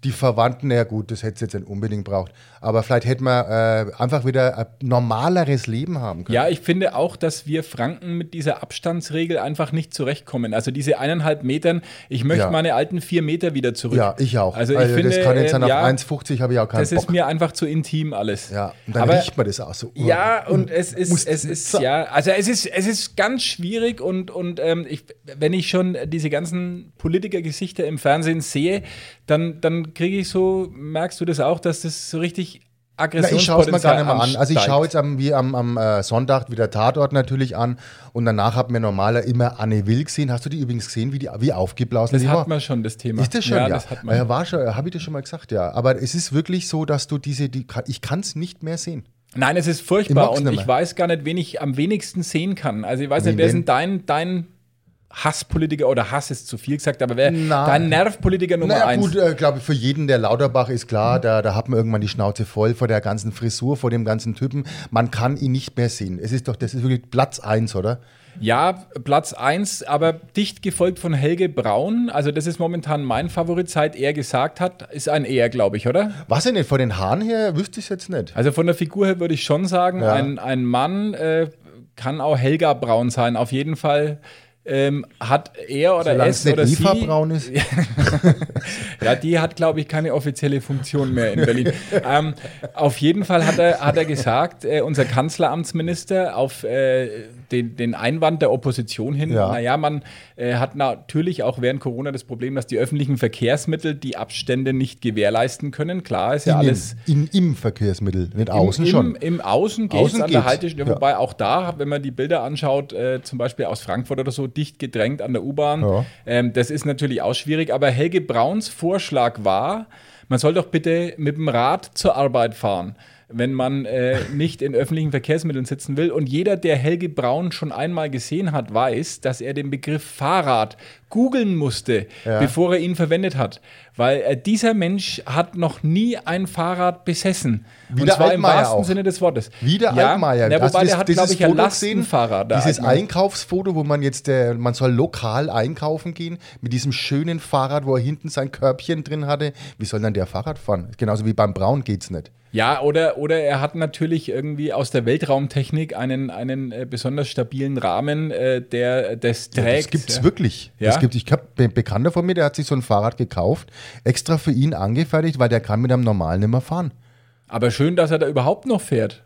Speaker 3: die Verwandten, ja gut, das hätte es jetzt nicht unbedingt braucht. Aber vielleicht hätten wir äh, einfach wieder ein normaleres Leben haben können.
Speaker 2: Ja, ich finde auch, dass wir Franken mit dieser Abstandsregel einfach nicht zurechtkommen. Also diese eineinhalb Metern, ich möchte
Speaker 3: Ja.
Speaker 2: meine alten vier Meter wieder zurück.
Speaker 3: Ja, ich auch.
Speaker 2: Also ich finde,
Speaker 3: das kann jetzt
Speaker 2: äh,
Speaker 3: dann auf
Speaker 2: ja,
Speaker 3: 1,50 habe ich auch keinen
Speaker 2: das ist
Speaker 3: Bock.
Speaker 2: mir einfach zu intim alles.
Speaker 3: ja, und dann
Speaker 2: Aber
Speaker 3: riecht man das auch so.
Speaker 2: Ja, und es
Speaker 3: muss-
Speaker 2: ist, es ist, ja, also es ist, es ist ganz schwierig und, und ähm, ich, wenn ich schon diese ganzen Politikergesichter im Fernsehen sehe, dann, dann kriege ich so, merkst du das auch, dass das so richtig
Speaker 3: Na, ich schaue es mir
Speaker 2: Aggressionspotenzial
Speaker 3: gar nicht mal an. Also ich
Speaker 2: ansteigt.
Speaker 3: schaue jetzt am, wie am, am äh, Sonntag wieder Tatort natürlich an und danach hat mir normaler immer Anne Will gesehen. Hast du die übrigens gesehen, wie, die, wie aufgeblasen
Speaker 2: Das
Speaker 3: die war?
Speaker 2: hat man schon, das Thema.
Speaker 3: Ist das schon, ja. Ah
Speaker 2: das hat man.
Speaker 3: Ja, war schon, habe ich dir schon mal gesagt, ja. Aber es ist wirklich so, dass du diese, die, ich kann es nicht mehr sehen.
Speaker 2: Nein, es ist
Speaker 3: Ich
Speaker 2: furchtbar
Speaker 3: mag's
Speaker 2: und
Speaker 3: nicht
Speaker 2: ich
Speaker 3: mehr.
Speaker 2: weiß gar nicht, wen ich am wenigsten sehen kann. Also ich weiß nicht,
Speaker 3: Wen
Speaker 2: wer
Speaker 3: denn?
Speaker 2: sind dein, dein Hasspolitiker oder Hass ist zu viel gesagt, aber wer
Speaker 3: Nein.
Speaker 2: dein Nervpolitiker Nummer
Speaker 3: naja,
Speaker 2: eins? Mhm.
Speaker 3: gut, äh, glaube ich, für jeden der Lauterbach ist klar, da, da hat man irgendwann die Schnauze voll vor der ganzen Frisur, vor dem ganzen Typen. Man kann ihn nicht mehr sehen. Es ist doch, das ist wirklich Platz eins, oder?
Speaker 2: Ja, Platz 1, aber dicht gefolgt von Helge Braun. Also, das ist momentan mein Favorit, seit er gesagt hat, ist ein Er, glaube ich, oder?
Speaker 3: Was denn nicht? Vor den Haaren her wüsste ich es jetzt nicht.
Speaker 2: Also von der Figur her würde ich schon sagen,
Speaker 3: Ja.
Speaker 2: ein, ein Mann äh, kann auch Helga Braun sein. Auf jeden Fall ähm, hat er oder
Speaker 3: Solange
Speaker 2: es
Speaker 3: es nicht
Speaker 2: oder
Speaker 3: Eva
Speaker 2: sie.
Speaker 3: Braun ist.
Speaker 2: Ja, die hat, glaube ich, keine offizielle Funktion mehr in Berlin. ähm, auf jeden Fall hat er, hat er gesagt, äh, unser Kanzleramtsminister, auf äh, den, den Einwand der Opposition hin,
Speaker 3: Ja.
Speaker 2: naja, man äh, hat natürlich auch während Corona das Problem, dass die öffentlichen Verkehrsmittel die Abstände nicht gewährleisten können. Klar, ist ja alles.
Speaker 3: in, in, im Verkehrsmittel, nicht außen
Speaker 2: Im,
Speaker 3: schon.
Speaker 2: Im Außen geht
Speaker 3: Außen
Speaker 2: es an der
Speaker 3: geht's,
Speaker 2: Haltestelle.
Speaker 3: ja.
Speaker 2: Wobei auch da, wenn man die Bilder anschaut, äh, zum Beispiel aus Frankfurt oder so, dicht gedrängt an der U-Bahn.
Speaker 3: Ja.
Speaker 2: Ähm, das ist natürlich auch schwierig. Aber Helge Brauns Vorschlag war, man soll doch bitte mit dem Rad zur Arbeit fahren wenn man
Speaker 3: (laughs)
Speaker 2: äh, nicht in öffentlichen Verkehrsmitteln sitzen will. Und jeder, der Helge Braun schon einmal gesehen hat, weiß, dass er den Begriff Fahrrad googeln musste, bevor er ihn verwendet hat. Weil äh, dieser Mensch hat noch nie ein Fahrrad besessen.
Speaker 3: Wie
Speaker 2: Und
Speaker 3: der
Speaker 2: zwar im
Speaker 3: Altmaier
Speaker 2: wahrsten
Speaker 3: auch.
Speaker 2: Sinne des Wortes.
Speaker 3: Wie der
Speaker 2: ja,
Speaker 3: Altmaier.
Speaker 2: Ja,
Speaker 3: Hast du
Speaker 2: wobei der
Speaker 3: das-
Speaker 2: hat,
Speaker 3: dieses
Speaker 2: glaube ich, ein
Speaker 3: Foto gesehen?
Speaker 2: Lastenfahrrad. ne? der
Speaker 3: Dieses
Speaker 2: Altmaier.
Speaker 3: Einkaufsfoto, wo man jetzt, der, man soll lokal einkaufen gehen, mit diesem schönen Fahrrad, wo er hinten sein Körbchen drin hatte. Wie soll denn der Fahrrad fahren? Genauso wie beim Braun geht's nicht.
Speaker 2: Ja, oder, oder er hat natürlich irgendwie aus der Weltraumtechnik einen, einen äh, besonders stabilen Rahmen, äh, der das trägt.
Speaker 3: Das gibt's
Speaker 2: ja.
Speaker 3: wirklich.
Speaker 2: Ja?
Speaker 3: Das gibt, ich habe einen Bekannter von mir, der hat sich so ein Fahrrad gekauft, extra für ihn angefertigt, weil der kann mit einem normalen nicht mehr fahren.
Speaker 2: Aber schön, dass er da überhaupt noch fährt.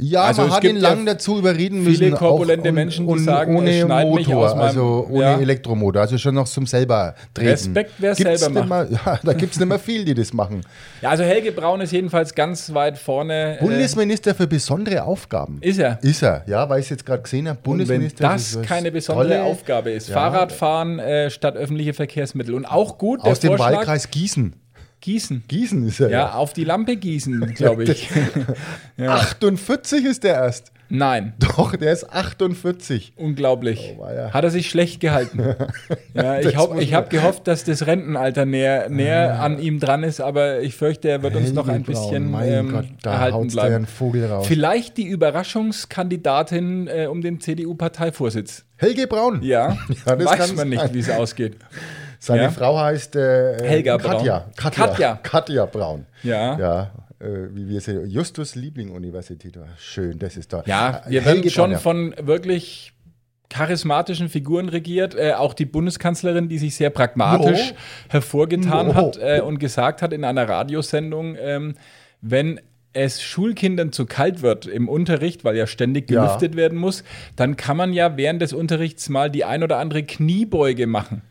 Speaker 3: Ja,
Speaker 2: Also
Speaker 3: man
Speaker 2: es
Speaker 3: hat ihn
Speaker 2: gibt ja
Speaker 3: lang dazu überreden müssen.
Speaker 2: viele
Speaker 3: auch
Speaker 2: korpulente
Speaker 3: un-
Speaker 2: Menschen, die
Speaker 3: un-
Speaker 2: sagen,
Speaker 3: ohne
Speaker 2: es schneidet
Speaker 3: Motor,
Speaker 2: mich aus meinem-
Speaker 3: also ohne
Speaker 2: Ja.
Speaker 3: Elektromotor, also schon noch zum selber treten.
Speaker 2: Respekt, wer es
Speaker 3: Gibt's
Speaker 2: selber
Speaker 3: nicht Mal, (laughs) ja, da gibt es nicht mehr viel, die
Speaker 2: (laughs)
Speaker 3: das machen.
Speaker 2: Ja, also Helge Braun ist jedenfalls ganz weit vorne. äh,
Speaker 3: Bundesminister für besondere Aufgaben.
Speaker 2: ist er.
Speaker 3: Ist er, ja, weil ich es jetzt gerade gesehen habe.
Speaker 2: Und wenn
Speaker 3: Bundesminister
Speaker 2: das
Speaker 3: was
Speaker 2: keine besondere
Speaker 3: tolle-
Speaker 2: Aufgabe ist,
Speaker 3: Ja.
Speaker 2: Fahrradfahren äh, statt öffentliche Verkehrsmittel. Und auch gut, der
Speaker 3: Aus dem
Speaker 2: Vorschlag,
Speaker 3: Wahlkreis Gießen.
Speaker 2: Gießen.
Speaker 3: Gießen ist er.
Speaker 2: Ja, auf die Lampe gießen, glaube
Speaker 3: (laughs)
Speaker 2: ich.
Speaker 3: 48 ist der erst. (laughs)
Speaker 2: Nein.
Speaker 3: Doch, der ist 48.
Speaker 2: Unglaublich.
Speaker 3: Oh, weia.
Speaker 2: Hat er sich schlecht
Speaker 3: (laughs)
Speaker 2: gehalten. ja, ich
Speaker 3: Das
Speaker 2: habe
Speaker 3: muss
Speaker 2: ich
Speaker 3: man- Ah.
Speaker 2: hab gehofft, dass das Rentenalter näher, näher an ihm dran ist, aber ich fürchte, er wird uns noch ein
Speaker 3: Helge Braun,
Speaker 2: bisschen
Speaker 3: mein
Speaker 2: ähm,
Speaker 3: Gott, da
Speaker 2: erhalten
Speaker 3: haut's dir
Speaker 2: bleiben.
Speaker 3: einen Vogel raus.
Speaker 2: Vielleicht die Überraschungskandidatin äh, um den CDU-Parteivorsitz.
Speaker 3: Helge Braun.
Speaker 2: Ja,
Speaker 3: Ja, das
Speaker 2: weiß
Speaker 3: kann's
Speaker 2: man nicht,
Speaker 3: sein.
Speaker 2: wie es ausgeht.
Speaker 3: Seine
Speaker 2: Ja.
Speaker 3: Frau heißt äh,
Speaker 2: Helga
Speaker 3: Katja.
Speaker 2: Braun.
Speaker 3: Katja.
Speaker 2: Katja.
Speaker 3: Katja. Braun.
Speaker 2: Ja.
Speaker 3: Ja, äh, wie wir sie. Justus Liebling Universität. Ah, Schön, das ist toll.
Speaker 2: Ja,
Speaker 3: Ah,
Speaker 2: wir
Speaker 3: Helge
Speaker 2: werden schon
Speaker 3: Braun, ja.
Speaker 2: von wirklich charismatischen Figuren regiert. Äh, auch die Bundeskanzlerin, die sich sehr pragmatisch
Speaker 3: Jo.
Speaker 2: hervorgetan
Speaker 3: Jo.
Speaker 2: hat äh, und gesagt hat in einer Radiosendung, ähm, wenn es Schulkindern zu kalt wird im Unterricht, weil ja ständig
Speaker 3: Ja.
Speaker 2: gelüftet werden muss, dann kann man ja während des Unterrichts mal die ein oder andere Kniebeuge machen.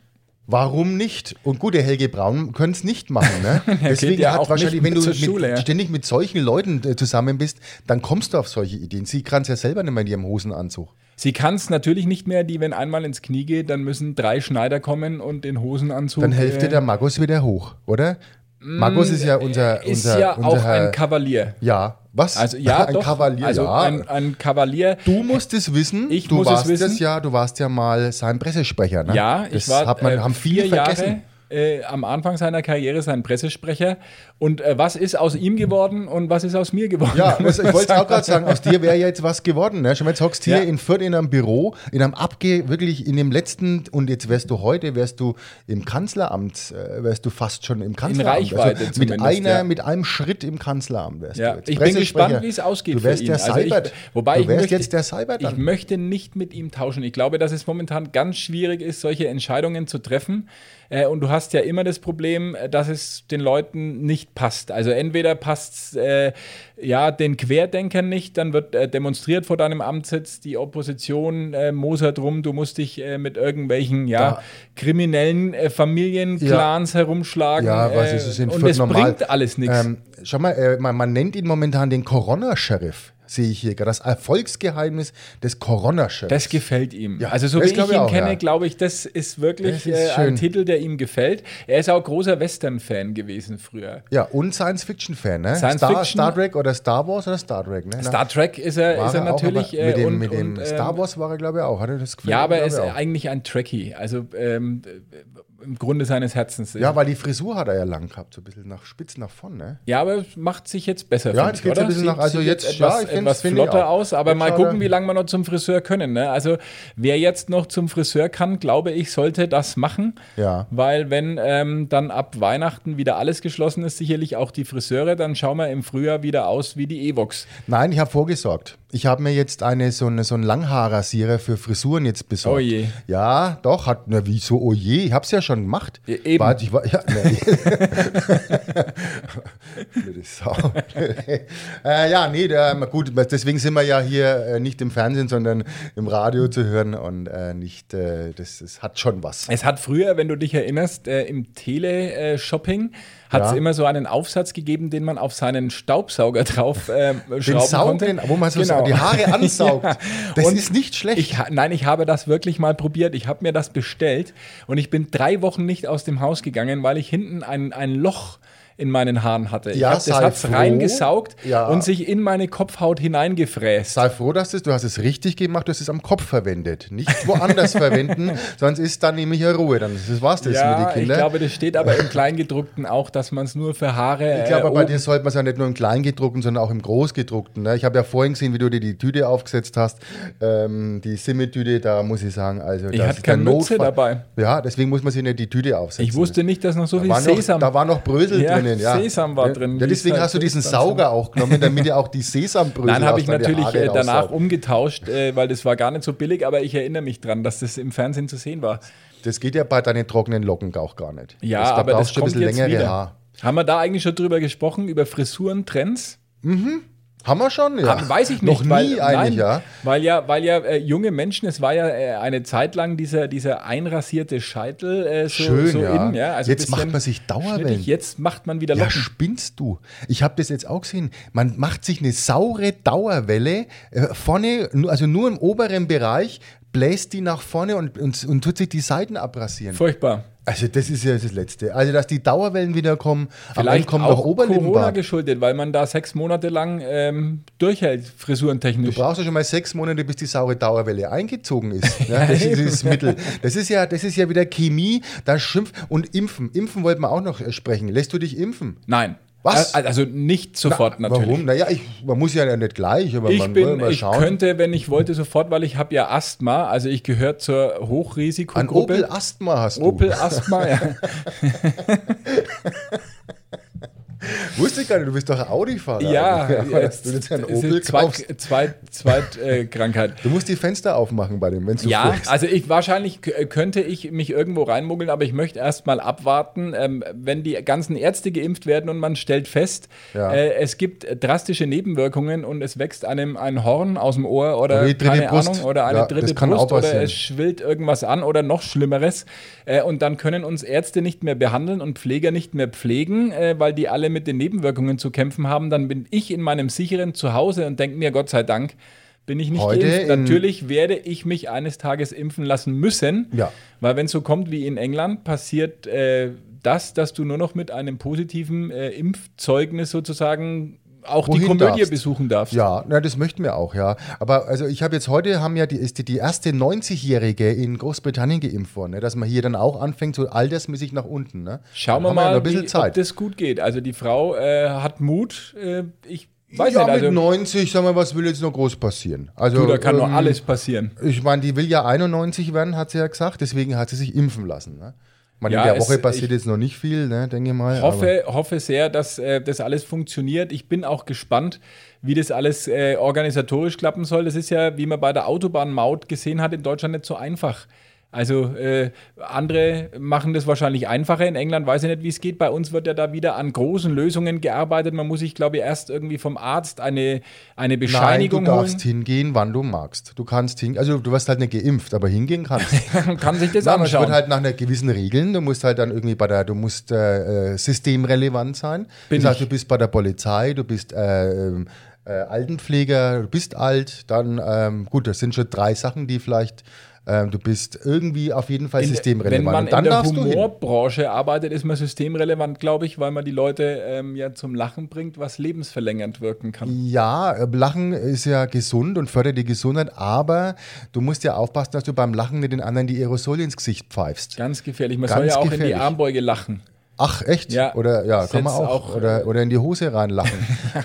Speaker 3: Warum nicht? Und gut, der Helge Braun können es nicht machen.
Speaker 2: (laughs)
Speaker 3: Ne? Deswegen
Speaker 2: ja
Speaker 3: hat
Speaker 2: auch
Speaker 3: wahrscheinlich,
Speaker 2: nicht
Speaker 3: wenn
Speaker 2: mit
Speaker 3: du
Speaker 2: zur
Speaker 3: mit,
Speaker 2: Schule, ja.
Speaker 3: ständig mit solchen Leuten äh, zusammen bist, dann kommst du auf solche Ideen. Sie kann es ja selber nicht mehr in ihrem Hosenanzug.
Speaker 2: Sie kann es natürlich nicht mehr, die, wenn einmal ins Knie geht, dann müssen drei Schneider kommen und den Hosenanzug.
Speaker 3: Dann helft dir
Speaker 2: äh,
Speaker 3: der Magus wieder hoch, oder? Magus ist ja unser.
Speaker 2: Mm, ist
Speaker 3: unser,
Speaker 2: ja
Speaker 3: unser
Speaker 2: auch ein Kavalier.
Speaker 3: Ja, was?
Speaker 2: Also ja,
Speaker 3: (laughs) ein
Speaker 2: doch.
Speaker 3: Kavalier,
Speaker 2: also
Speaker 3: ja.
Speaker 2: Ein, ein Kavalier.
Speaker 3: Du musst es wissen.
Speaker 2: Ich
Speaker 3: du
Speaker 2: muss es
Speaker 3: warst
Speaker 2: wissen.
Speaker 3: Das ja, du warst ja mal sein Pressesprecher. Ne?
Speaker 2: ja,
Speaker 3: das
Speaker 2: ich war
Speaker 3: hat man,
Speaker 2: äh,
Speaker 3: haben viele
Speaker 2: vier Jahre
Speaker 3: vergessen.
Speaker 2: äh, am Anfang seiner Karriere sein Pressesprecher. Und äh, was ist aus ihm geworden und was ist aus mir geworden? (laughs)
Speaker 3: Ja, was, ich wollte es auch gerade sagen, aus dir wäre ja jetzt was geworden. Ne? Schon mal, jetzt hockst du hier
Speaker 2: Ja.
Speaker 3: in Fürth in einem Büro, in einem Abge, wirklich in dem letzten, und jetzt wärst du heute, wärst du im Kanzleramt, äh, wärst du fast schon im Kanzleramt. Also
Speaker 2: Reichweite
Speaker 3: mit,
Speaker 2: zumindest,
Speaker 3: einer,
Speaker 2: ja.
Speaker 3: mit einem Schritt im Kanzleramt wärst
Speaker 2: Ja,
Speaker 3: du jetzt.
Speaker 2: ich bin
Speaker 3: Pressesprecher.
Speaker 2: gespannt, wie es ausgeht.
Speaker 3: Du wärst
Speaker 2: für ihn.
Speaker 3: der
Speaker 2: Also ich-
Speaker 3: Seibert.
Speaker 2: wobei
Speaker 3: du
Speaker 2: ich
Speaker 3: wärst
Speaker 2: möchte,
Speaker 3: jetzt der Seibert
Speaker 2: Ich
Speaker 3: dann.
Speaker 2: möchte nicht mit ihm tauschen. Ich glaube, dass es momentan ganz schwierig ist, solche Entscheidungen zu treffen. Äh, und du hast ja immer das Problem, äh, dass es den Leuten nicht passt. Also entweder passt es äh, ja den Querdenkern nicht, dann wird äh, demonstriert vor deinem Amtssitz, die Opposition äh, mosert rum, du musst dich äh, mit irgendwelchen ja,
Speaker 3: Da-
Speaker 2: kriminellen äh, Familienclans herumschlagen.
Speaker 3: Ja, was
Speaker 2: äh,
Speaker 3: ist es in
Speaker 2: Und
Speaker 3: Fürth
Speaker 2: es
Speaker 3: normal?
Speaker 2: bringt alles nichts.
Speaker 3: Ähm, schau mal, äh, man, man nennt ihn momentan den Corona-Sheriff, sehe ich hier gerade. Das Erfolgsgeheimnis des Corona-Sheriffs.
Speaker 2: Das gefällt ihm.
Speaker 3: Ja,
Speaker 2: also so wie
Speaker 3: das
Speaker 2: ich ihn
Speaker 3: glaub ich auch,
Speaker 2: kenne,
Speaker 3: ja.
Speaker 2: glaube ich, das ist wirklich
Speaker 3: Das ist
Speaker 2: äh,
Speaker 3: schön.
Speaker 2: ein Titel, der ihm gefällt. Er ist auch großer Western-Fan gewesen früher.
Speaker 3: Ja, und Science-Fiction-Fan, ne?
Speaker 2: Science
Speaker 3: Star,
Speaker 2: Fiction.
Speaker 3: Star Trek oder Star Wars oder Star Trek, ne?
Speaker 2: Star Trek ist er,
Speaker 3: War
Speaker 2: ist er
Speaker 3: auch,
Speaker 2: natürlich.
Speaker 3: aber
Speaker 2: äh,
Speaker 3: mit dem,
Speaker 2: und,
Speaker 3: mit dem
Speaker 2: und, ähm,
Speaker 3: Star Wars war er, glaube ich, auch. Hat er das gefällt
Speaker 2: Ja,
Speaker 3: ihm,
Speaker 2: aber er
Speaker 3: glaub
Speaker 2: ist
Speaker 3: ich, auch.
Speaker 2: eigentlich ein Trekkie. Also ähm, äh, im Grunde seines Herzens.
Speaker 3: Ja, weil die Frisur hat er ja lang gehabt, so ein bisschen nach spitz nach vorn, ne?
Speaker 2: Ja, aber es macht sich jetzt besser.
Speaker 3: Ja,
Speaker 2: finde
Speaker 3: jetzt
Speaker 2: ich,
Speaker 3: geht's
Speaker 2: oder?
Speaker 3: ein bisschen
Speaker 2: Sieht-
Speaker 3: nach- also
Speaker 2: sieht
Speaker 3: jetzt- ja,
Speaker 2: etwas,
Speaker 3: ich find's-
Speaker 2: etwas
Speaker 3: find ich
Speaker 2: flotter
Speaker 3: auch.
Speaker 2: aus, aber
Speaker 3: Jetzt
Speaker 2: mal
Speaker 3: schaut
Speaker 2: gucken,
Speaker 3: er-
Speaker 2: wie lange wir noch zum Friseur können. Ne? Also wer jetzt noch zum Friseur kann, glaube ich, sollte das machen.
Speaker 3: Ja.
Speaker 2: Weil wenn ähm, dann ab Weihnachten wieder alles geschlossen ist, sicherlich auch die Friseure, dann schauen wir im Frühjahr wieder aus wie die Evox.
Speaker 3: Nein, ich habe vorgesorgt. Ich habe mir jetzt eine so, eine so einen Langhaarrasierer für Frisuren jetzt besorgt.
Speaker 2: Oh je.
Speaker 3: Ja, doch, hat na wieso oh je, ich habe es ja schon gemacht.
Speaker 2: Ja, eben.
Speaker 3: Warte, ich war ja, nee.
Speaker 2: (laughs)
Speaker 3: (laughs) Blöde Sau. (laughs) äh, ja, nee, da, gut, deswegen sind wir ja hier äh, nicht im Fernsehen, sondern im Radio zu hören und äh, nicht äh, das, das hat schon was.
Speaker 2: Es hat früher, wenn du dich erinnerst, äh, im Tele-Shopping hat es
Speaker 3: Ja.
Speaker 2: immer so einen Aufsatz gegeben, den man auf seinen Staubsauger drauf äh,
Speaker 3: Den
Speaker 2: schrauben
Speaker 3: Sound,
Speaker 2: konnte.
Speaker 3: den, wo man so
Speaker 2: Genau.
Speaker 3: die
Speaker 2: (laughs)
Speaker 3: Haare ansaugt.
Speaker 2: Ja.
Speaker 3: Das
Speaker 2: Und
Speaker 3: ist nicht schlecht.
Speaker 2: Ich, ha- nein, ich habe das wirklich mal probiert. Ich habe mir das bestellt und ich bin drei Wochen nicht aus dem Haus gegangen, weil ich hinten ein, ein Loch in meinen Haaren hatte. Ich
Speaker 3: Ja,
Speaker 2: hab- das
Speaker 3: sei
Speaker 2: hat's
Speaker 3: froh.
Speaker 2: reingesaugt
Speaker 3: Ja.
Speaker 2: und sich in meine Kopfhaut hineingefräst.
Speaker 3: Sei froh, dass du es, du hast es richtig gemacht, du hast es am Kopf verwendet. Nicht woanders verwenden,
Speaker 2: (laughs)
Speaker 3: sonst ist dann nämlich ja Ruhe. Dann ist- war's das mit
Speaker 2: Ja,
Speaker 3: den
Speaker 2: ich
Speaker 3: Kindern.
Speaker 2: glaube, das steht aber im Kleingedruckten auch, dass man es nur für Haare.
Speaker 3: Ich glaube,
Speaker 2: äh,
Speaker 3: bei
Speaker 2: oben-
Speaker 3: dir sollte man es ja nicht nur im Kleingedruckten, sondern auch im Großgedruckten. Ne? Ich habe ja vorhin gesehen, wie du dir die Tüte aufgesetzt hast. Ähm, die Simmetüte, da muss ich sagen, also
Speaker 2: Ich
Speaker 3: das
Speaker 2: hatte
Speaker 3: ist der
Speaker 2: keine Mütze
Speaker 3: Notfall.
Speaker 2: dabei.
Speaker 3: Ja, deswegen muss man sich nicht die Tüte aufsetzen.
Speaker 2: ich wusste nicht, dass noch so viel
Speaker 3: war noch,
Speaker 2: Sesam.
Speaker 3: da war noch Brösel
Speaker 2: Ja,
Speaker 3: drinnen. Ja.
Speaker 2: Sesam war drin,
Speaker 3: Ja,
Speaker 2: wie
Speaker 3: deswegen
Speaker 2: es halt
Speaker 3: hast du
Speaker 2: so
Speaker 3: diesen
Speaker 2: ist dann so.
Speaker 3: Sauger auch genommen, damit ihr auch die Sesambrösel
Speaker 2: Dann habe ich
Speaker 3: aus deinen
Speaker 2: natürlich
Speaker 3: Haaren
Speaker 2: äh, danach
Speaker 3: raussaugt.
Speaker 2: umgetauscht, äh, weil das war gar nicht so billig, aber ich erinnere mich dran, dass das im Fernsehen zu sehen war.
Speaker 3: Das geht ja bei deinen trockenen Locken auch gar nicht.
Speaker 2: Ja,
Speaker 3: das, Also da
Speaker 2: aber
Speaker 3: brauchst
Speaker 2: das
Speaker 3: du ein
Speaker 2: kommt
Speaker 3: bisschen
Speaker 2: jetzt
Speaker 3: längere
Speaker 2: wieder.
Speaker 3: Haar.
Speaker 2: Haben wir da eigentlich schon drüber gesprochen, über Frisuren, Trends?
Speaker 3: Haben wir schon? Ja.
Speaker 2: Haben- Weiß ich nicht.
Speaker 3: Noch nie
Speaker 2: weil,
Speaker 3: eigentlich,
Speaker 2: nein,
Speaker 3: ja.
Speaker 2: Weil ja, weil ja äh, junge Menschen, es war ja äh, eine Zeit lang dieser, dieser einrasierte Scheitel äh, so,
Speaker 3: Schön,
Speaker 2: so
Speaker 3: ja.
Speaker 2: in. Ja, also
Speaker 3: Jetzt
Speaker 2: bisschen
Speaker 3: macht man sich Dauerwellen.
Speaker 2: schnittig. Jetzt macht man wieder
Speaker 3: Ja,
Speaker 2: Locken.
Speaker 3: spinnst du? Ich habe das jetzt auch gesehen. Man macht sich eine saure Dauerwelle äh, vorne, nu- also nur im oberen Bereich, bläst die nach vorne und, und, und tut sich die Seiten abrasieren.
Speaker 2: Furchtbar.
Speaker 3: Also das ist ja das Letzte. Also dass die Dauerwellen wieder kommen, am Ende
Speaker 2: Vielleicht
Speaker 3: kommt
Speaker 2: auch
Speaker 3: noch
Speaker 2: Corona
Speaker 3: Oberlippenbart.
Speaker 2: geschuldet, weil man da sechs Monate lang ähm, durchhält, frisurentechnisch.
Speaker 3: Du brauchst ja schon mal sechs Monate, bis die saure Dauerwelle
Speaker 2: (laughs)
Speaker 3: eingezogen ist. Ne? Das ist dieses Mittel. Das ist ja, das ist ja wieder Chemie, da schimpft und Impfen. Impfen wollten wir auch noch äh, sprechen. Lässt du dich impfen?
Speaker 2: Nein.
Speaker 3: Was?
Speaker 2: Al- Also nicht sofort natürlich.
Speaker 3: Warum? Naja, ich, man muss ja nicht gleich, aber
Speaker 2: Ich
Speaker 3: man will
Speaker 2: bin,
Speaker 3: mal
Speaker 2: ich
Speaker 3: schauen.
Speaker 2: könnte, wenn ich wollte, sofort, weil ich habe ja Asthma, also ich gehöre zur
Speaker 3: An
Speaker 2: Hochrisikogruppe.
Speaker 3: Opel Asthma hast du.
Speaker 2: Opel Asthma,
Speaker 3: (laughs)
Speaker 2: ja.
Speaker 3: Wusste ich gar nicht, du bist doch ein Audi-Fahrer. (laughs)
Speaker 2: ja,
Speaker 3: eigentlich. Aber dass
Speaker 2: jetzt,
Speaker 3: du jetzt einen
Speaker 2: ist
Speaker 3: Opel
Speaker 2: eine
Speaker 3: kaufst.
Speaker 2: Zweit, Zweit, Zweit, äh, Krankheit.
Speaker 3: Du musst die Fenster aufmachen bei dem, wenn du
Speaker 2: Ja,
Speaker 3: fährst.
Speaker 2: also ich wahrscheinlich k- könnte ich mich irgendwo reinmuggeln, aber ich möchte erst mal abwarten, ähm, wenn die ganzen Ärzte geimpft werden und man stellt fest,
Speaker 3: Ja.
Speaker 2: äh, es gibt drastische Nebenwirkungen und es wächst einem ein Horn aus dem Ohr oder
Speaker 3: Oder die dritte
Speaker 2: keine
Speaker 3: Brust.
Speaker 2: Ahnung oder eine
Speaker 3: Ja,
Speaker 2: dritte
Speaker 3: das kann
Speaker 2: Brust
Speaker 3: auch
Speaker 2: oder
Speaker 3: passieren.
Speaker 2: es schwillt irgendwas an oder noch Schlimmeres äh, und dann können uns Ärzte nicht mehr behandeln und Pfleger nicht mehr pflegen, äh, weil die alle mit den Nebenwirkungen zu kämpfen haben. Dann bin ich in meinem sicheren Zuhause und denke mir Gott sei Dank bin ich nicht
Speaker 3: Heute
Speaker 2: geimpft.
Speaker 3: in-
Speaker 2: Natürlich Natürlich werde ich mich eines Tages impfen lassen müssen,
Speaker 3: Ja.
Speaker 2: weil wenn es so kommt wie in England, passiert äh, das, dass du nur noch mit einem positiven äh, Impfzeugnis sozusagen auch die
Speaker 3: Wohin
Speaker 2: Komödie
Speaker 3: darfst.
Speaker 2: besuchen darfst.
Speaker 3: Ja, na, das möchten wir auch, ja. Aber also ich habe jetzt heute haben ja die, ist die, die erste 90-Jährige in Großbritannien geimpft worden, ne? dass man hier dann auch anfängt, so altersmäßig nach unten. Ne?
Speaker 2: Schauen
Speaker 3: Da
Speaker 2: wir
Speaker 3: haben ja
Speaker 2: mal,
Speaker 3: noch ein bisschen
Speaker 2: wie, ob
Speaker 3: Zeit.
Speaker 2: das gut geht. Also die Frau äh, hat Mut. Äh, ich weiß
Speaker 3: ja,
Speaker 2: nicht, also
Speaker 3: mit 90, sag mal, was will jetzt noch groß passieren? Also,
Speaker 2: du, da kann nur
Speaker 3: ähm,
Speaker 2: alles passieren.
Speaker 3: Ich meine, die will ja 91 werden, hat sie ja gesagt, deswegen hat sie sich impfen lassen. Ne? Ich meine,
Speaker 2: Ja,
Speaker 3: in der
Speaker 2: es-
Speaker 3: Woche passiert
Speaker 2: ich-
Speaker 3: jetzt noch nicht viel, ne, denke ich mal.
Speaker 2: hoffe, hoffe sehr, dass äh, das alles funktioniert. Ich bin auch gespannt, wie das alles äh, organisatorisch klappen soll. Das ist ja, wie man bei der Autobahnmaut gesehen hat, in Deutschland nicht so einfach. Also äh, andere machen das wahrscheinlich einfacher. In England weiß ich nicht, wie es geht. Bei uns wird ja da wieder an großen Lösungen gearbeitet. Man muss sich, glaube ich, erst irgendwie vom Arzt eine, eine
Speaker 3: Aber nein, du
Speaker 2: Bescheinigung
Speaker 3: darfst hingehen, wann du magst. Du kannst hingehen, also du wirst halt nicht geimpft, aber
Speaker 2: (laughs)
Speaker 3: hingehen kannst du.
Speaker 2: holen. (laughs) Kann sich das
Speaker 3: Nein, aber es
Speaker 2: anschauen.
Speaker 3: wird halt nach einer gewissen Regeln. Du musst halt dann irgendwie bei der, du musst äh, äh, systemrelevant sein.
Speaker 2: Bin
Speaker 3: das heißt,
Speaker 2: ich.
Speaker 3: du bist bei der Polizei, du bist äh, ähm, äh, Altenpfleger, du bist alt. Dann ähm, gut, das sind schon drei Sachen, die vielleicht ähm, du bist irgendwie auf jeden Fall
Speaker 2: In- Wenn
Speaker 3: systemrelevant.
Speaker 2: man
Speaker 3: Und
Speaker 2: in
Speaker 3: dann
Speaker 2: der
Speaker 3: darfst du hin.
Speaker 2: Humorbranche arbeitet, ist man systemrelevant, glaube ich, weil man die Leute ähm, ja zum Lachen bringt, was lebensverlängernd wirken kann.
Speaker 3: Ja, äh, Lachen ist ja gesund und fördert die Gesundheit, aber du musst ja aufpassen, dass du beim Lachen nicht den anderen die Aerosole ins Gesicht pfeifst.
Speaker 2: Ganz gefährlich. Man
Speaker 3: Ganz
Speaker 2: soll ja auch in die
Speaker 3: gefährlich.
Speaker 2: Armbeuge lachen.
Speaker 3: Ach, echt?
Speaker 2: Ja.
Speaker 3: Oder ja, kann man
Speaker 2: Setz
Speaker 3: auch.
Speaker 2: auch, äh,
Speaker 3: oder, oder in die
Speaker 2: (laughs)
Speaker 3: Hose reinlachen.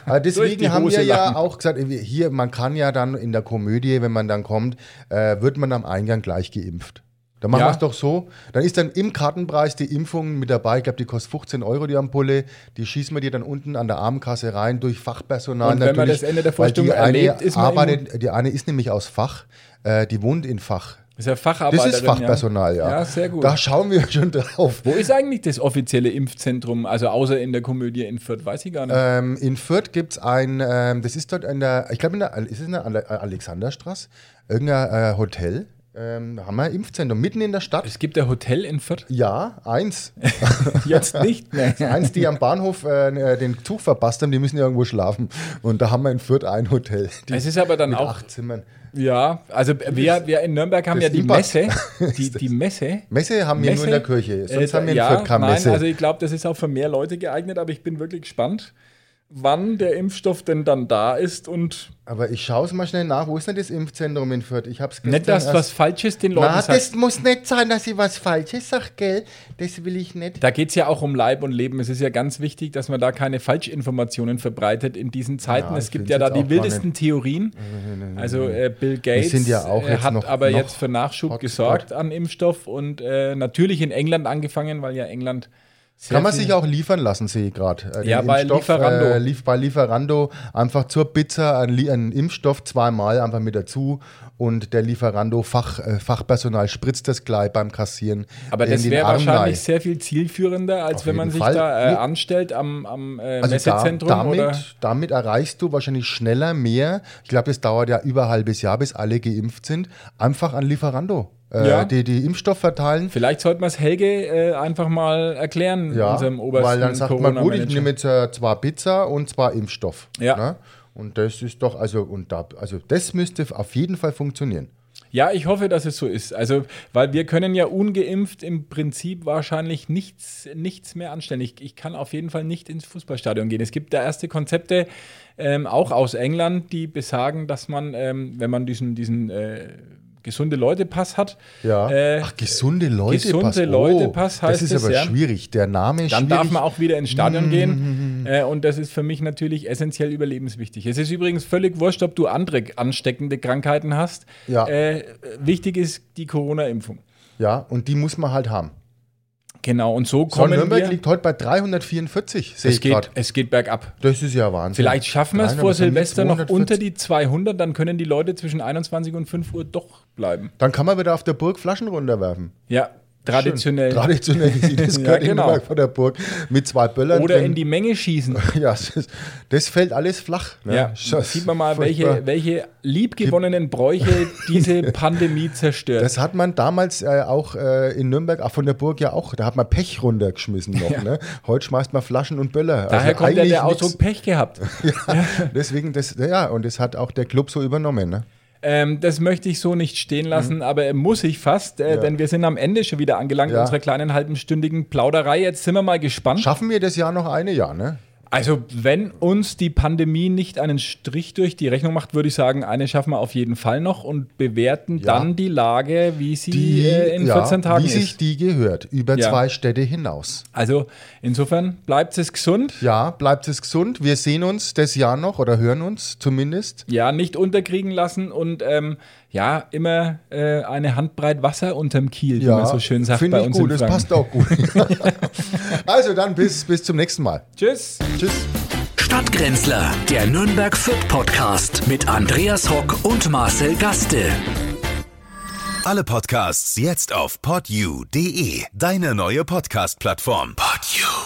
Speaker 3: Aber
Speaker 2: Durch die
Speaker 3: deswegen haben wir
Speaker 2: Hose lachen.
Speaker 3: ja auch gesagt, äh, wir- hier, man kann ja dann in der Komödie, wenn man dann kommt, äh, wird man am Eingang gleich geimpft. Dann machen
Speaker 2: Ja.
Speaker 3: wir es doch so. Dann ist dann im Kartenpreis die Impfung mit dabei. Ich glaube, die kostet 15 Euro, die Ampulle. Die schießen wir dir dann unten an der Armkasse rein durch Fachpersonal.
Speaker 2: Und wenn man
Speaker 3: natürlich,
Speaker 2: das Ende der
Speaker 3: weil die
Speaker 2: Vorstellung
Speaker 3: eine
Speaker 2: erlebt, ist man
Speaker 3: arbeitet, Die eine ist nämlich aus Fach, äh, die wohnt in Fach.
Speaker 2: Das ist ja
Speaker 3: Das
Speaker 2: Facharbeiterin.
Speaker 3: ist Fachpersonal, ja.
Speaker 2: Ja, sehr gut.
Speaker 3: Da schauen wir schon drauf.
Speaker 2: Wo ist eigentlich das offizielle Impfzentrum? Also außer in der Komödie in Fürth, weiß ich gar nicht.
Speaker 3: Ähm, in Fürth gibt es ein, ähm, das ist dort in der, ich glaube, in der, ist es in der Ale- Alexanderstraße, irgendein äh, Hotel. Ähm, da haben wir ein Impfzentrum mitten in der Stadt.
Speaker 2: es gibt ein Hotel in Fürth?
Speaker 3: Ja,
Speaker 2: (laughs)
Speaker 3: eins. (laughs)
Speaker 2: Jetzt nicht mehr.
Speaker 3: eins, die am Bahnhof äh, den Zug verpasst haben, die müssen irgendwo schlafen. Und da haben wir in Fürth ein Hotel. Die
Speaker 2: Es ist aber dann
Speaker 3: mit
Speaker 2: auch,
Speaker 3: acht Zimmern.
Speaker 2: ja, also wir, wir in Nürnberg haben
Speaker 3: das
Speaker 2: ja die
Speaker 3: Impact.
Speaker 2: Messe,
Speaker 3: (laughs)
Speaker 2: die, die Messe,
Speaker 3: Messe haben wir nur in der Kirche. Sonst
Speaker 2: äh,
Speaker 3: haben wir in
Speaker 2: ja,
Speaker 3: Fürth keine
Speaker 2: nein,
Speaker 3: Messe.
Speaker 2: Also ich glaube, das ist auch für mehr Leute geeignet, aber ich bin wirklich gespannt, wann der Impfstoff denn dann da ist und
Speaker 3: Aber ich schaue es mal schnell nach. Wo ist denn das Impfzentrum in Fürth? Ich habe es
Speaker 2: nicht, dass was Falsches den Leuten
Speaker 3: Na,
Speaker 2: sagt.
Speaker 3: das muss nicht sein, dass ich was Falsches sage, gell? Das will ich nicht.
Speaker 2: Da geht es ja auch um Leib und Leben. Es ist ja ganz wichtig, dass man da keine Falschinformationen verbreitet in diesen Zeiten.
Speaker 3: Ja,
Speaker 2: es
Speaker 3: ich
Speaker 2: gibt
Speaker 3: find's
Speaker 2: ja da
Speaker 3: jetzt
Speaker 2: die
Speaker 3: auch
Speaker 2: wildesten Theorien. Also äh, Bill Gates
Speaker 3: sind ja auch
Speaker 2: äh,
Speaker 3: jetzt
Speaker 2: hat
Speaker 3: noch-
Speaker 2: aber
Speaker 3: noch
Speaker 2: jetzt für Nachschub
Speaker 3: Hotspot.
Speaker 2: gesorgt an Impfstoff und äh, natürlich in England angefangen, weil ja England sehr
Speaker 3: Kann man
Speaker 2: viel-
Speaker 3: sich auch liefern lassen, sehe ich gerade. Äh,
Speaker 2: Ja,
Speaker 3: den
Speaker 2: bei Lieferando.
Speaker 3: Äh, lief, bei Lieferando einfach zur Pizza einen, Li- einen Impfstoff zweimal einfach mit dazu und der Lieferando Fach, äh, Fachpersonal spritzt das gleich beim Kassieren.
Speaker 2: Aber
Speaker 3: in
Speaker 2: das
Speaker 3: den
Speaker 2: wäre
Speaker 3: Arm rein.
Speaker 2: wahrscheinlich sehr viel zielführender, als
Speaker 3: Auf
Speaker 2: wenn man
Speaker 3: jeden
Speaker 2: sich
Speaker 3: Fall.
Speaker 2: da äh,
Speaker 3: Nee.
Speaker 2: anstellt am, am äh,
Speaker 3: also da,
Speaker 2: Messezentrum. oder?
Speaker 3: damit, damit erreichst du wahrscheinlich schneller mehr. Ich glaube, das dauert ja über ein halbes Jahr, bis alle geimpft sind. Einfach an Lieferando. Äh,
Speaker 2: Ja.
Speaker 3: die, die Impfstoff verteilen.
Speaker 2: Vielleicht sollte man es Helge äh, einfach mal erklären,
Speaker 3: Ja,
Speaker 2: unserem obersten
Speaker 3: weil dann sagt man, gut, ich nehme jetzt äh, zwar Pizza und zwar Impfstoff.
Speaker 2: Ja.
Speaker 3: Ne? Und das ist doch, also, und da, also das müsste auf jeden Fall funktionieren.
Speaker 2: Ja, ich hoffe, dass es so ist. Also, weil wir können ja ungeimpft im Prinzip wahrscheinlich nichts, nichts mehr anstellen. Ich, ich kann auf jeden Fall nicht ins Fußballstadion gehen. Es gibt da erste Konzepte, ähm, auch aus England, die besagen, dass man, ähm, wenn man diesen, diesen äh, gesunde Leute-Pass hat,
Speaker 3: Ja.
Speaker 2: äh,
Speaker 3: Ach, gesunde Leute
Speaker 2: gesunde Leute-Pass heißt
Speaker 3: heißt Das ist
Speaker 2: es,
Speaker 3: aber
Speaker 2: ja.
Speaker 3: schwierig. Der Name ist
Speaker 2: Dann
Speaker 3: schwierig. Mhm.
Speaker 2: darf man auch wieder ins Stadion gehen. Äh, und das ist für mich natürlich essentiell überlebenswichtig. Es ist übrigens völlig wurscht, ob du andere ansteckende Krankheiten hast.
Speaker 3: Ja.
Speaker 2: Äh, wichtig ist die Corona-Impfung.
Speaker 3: ja, und die muss man halt haben.
Speaker 2: Genau, und so
Speaker 3: Von
Speaker 2: kommen
Speaker 3: Nürnberg
Speaker 2: wir.
Speaker 3: liegt heute bei 344, sehe
Speaker 2: es,
Speaker 3: ich
Speaker 2: geht,
Speaker 3: gerade.
Speaker 2: es geht bergab.
Speaker 3: Das ist ja Wahnsinn.
Speaker 2: Vielleicht schaffen wir es
Speaker 3: Nein,
Speaker 2: vor
Speaker 3: aber haben wir
Speaker 2: Silvester noch
Speaker 3: 240.
Speaker 2: unter die 200, dann können die Leute zwischen 21 und 5 Uhr doch bleiben.
Speaker 3: Dann kann man wieder auf der Burg Flaschen runterwerfen.
Speaker 2: Ja, traditionell.
Speaker 3: Schön. Traditionell, wie sie
Speaker 2: (laughs)
Speaker 3: das
Speaker 2: Ja,
Speaker 3: gehört in
Speaker 2: genau.
Speaker 3: Nürnberg vor der Burg. Mit zwei Böllern
Speaker 2: Oder
Speaker 3: drin.
Speaker 2: in die Menge schießen.
Speaker 3: (laughs) Ja, das, ist- das fällt alles flach. Ne?
Speaker 2: Ja,
Speaker 3: Das
Speaker 2: sieht man mal,
Speaker 3: furchtbar.
Speaker 2: welche, welche liebgewonnenen
Speaker 3: (laughs)
Speaker 2: Bräuche diese Pandemie zerstört.
Speaker 3: Das hat man damals äh, auch äh, in Nürnberg, auch von der Burg ja auch, da hat man Pech runtergeschmissen
Speaker 2: (laughs)
Speaker 3: noch. Ne? Heute schmeißt man Flaschen und Böller.
Speaker 2: Daher
Speaker 3: Also
Speaker 2: kommt ja
Speaker 3: eigentlich
Speaker 2: der Ausdruck
Speaker 3: nix.
Speaker 2: Pech
Speaker 3: (laughs)
Speaker 2: gehabt.
Speaker 3: Deswegen, das, ja, und das hat auch der Club so übernommen. Ne?
Speaker 2: Ähm, das möchte ich so nicht stehen lassen, aber er muss ich fast, äh, denn wir sind am Ende schon wieder angelangt
Speaker 3: Mhm. Ja.
Speaker 2: unserer kleinen halbenstündigen Plauderei. Jetzt sind wir mal gespannt.
Speaker 3: Schaffen wir das Jahr noch eine Jahr, ne?
Speaker 2: Also, wenn uns die Pandemie nicht einen Strich durch die Rechnung macht, würde ich sagen, eine schaffen wir auf jeden Fall noch und bewerten
Speaker 3: Ja.
Speaker 2: dann die Lage, wie sie
Speaker 3: Die,
Speaker 2: äh, in 14
Speaker 3: ja,
Speaker 2: Tagen
Speaker 3: wie
Speaker 2: ist.
Speaker 3: sich die gehört, über
Speaker 2: Ja.
Speaker 3: zwei Städte hinaus.
Speaker 2: Also, insofern bleibt es gesund.
Speaker 3: Ja, bleibt es gesund. Wir sehen uns das Jahr noch oder hören uns zumindest.
Speaker 2: Ja, nicht unterkriegen lassen und ähm, ja, immer äh, eine Handbreit Wasser unterm Kiel, wie man so schön sagt
Speaker 3: finde
Speaker 2: bei
Speaker 3: ich
Speaker 2: uns
Speaker 3: gut,
Speaker 2: in
Speaker 3: das
Speaker 2: Franken.
Speaker 3: passt auch gut.
Speaker 2: (laughs)
Speaker 3: (laughs) also dann bis, bis zum nächsten Mal.
Speaker 2: Tschüss.
Speaker 3: Tschüss.
Speaker 1: Stadtgrenzler, der Nürnberg Fürth Podcast mit Andreas Hock und Marcel Gaste.
Speaker 4: Alle Podcasts jetzt auf podyou.de, deine neue Podcast-Plattform. Podyou.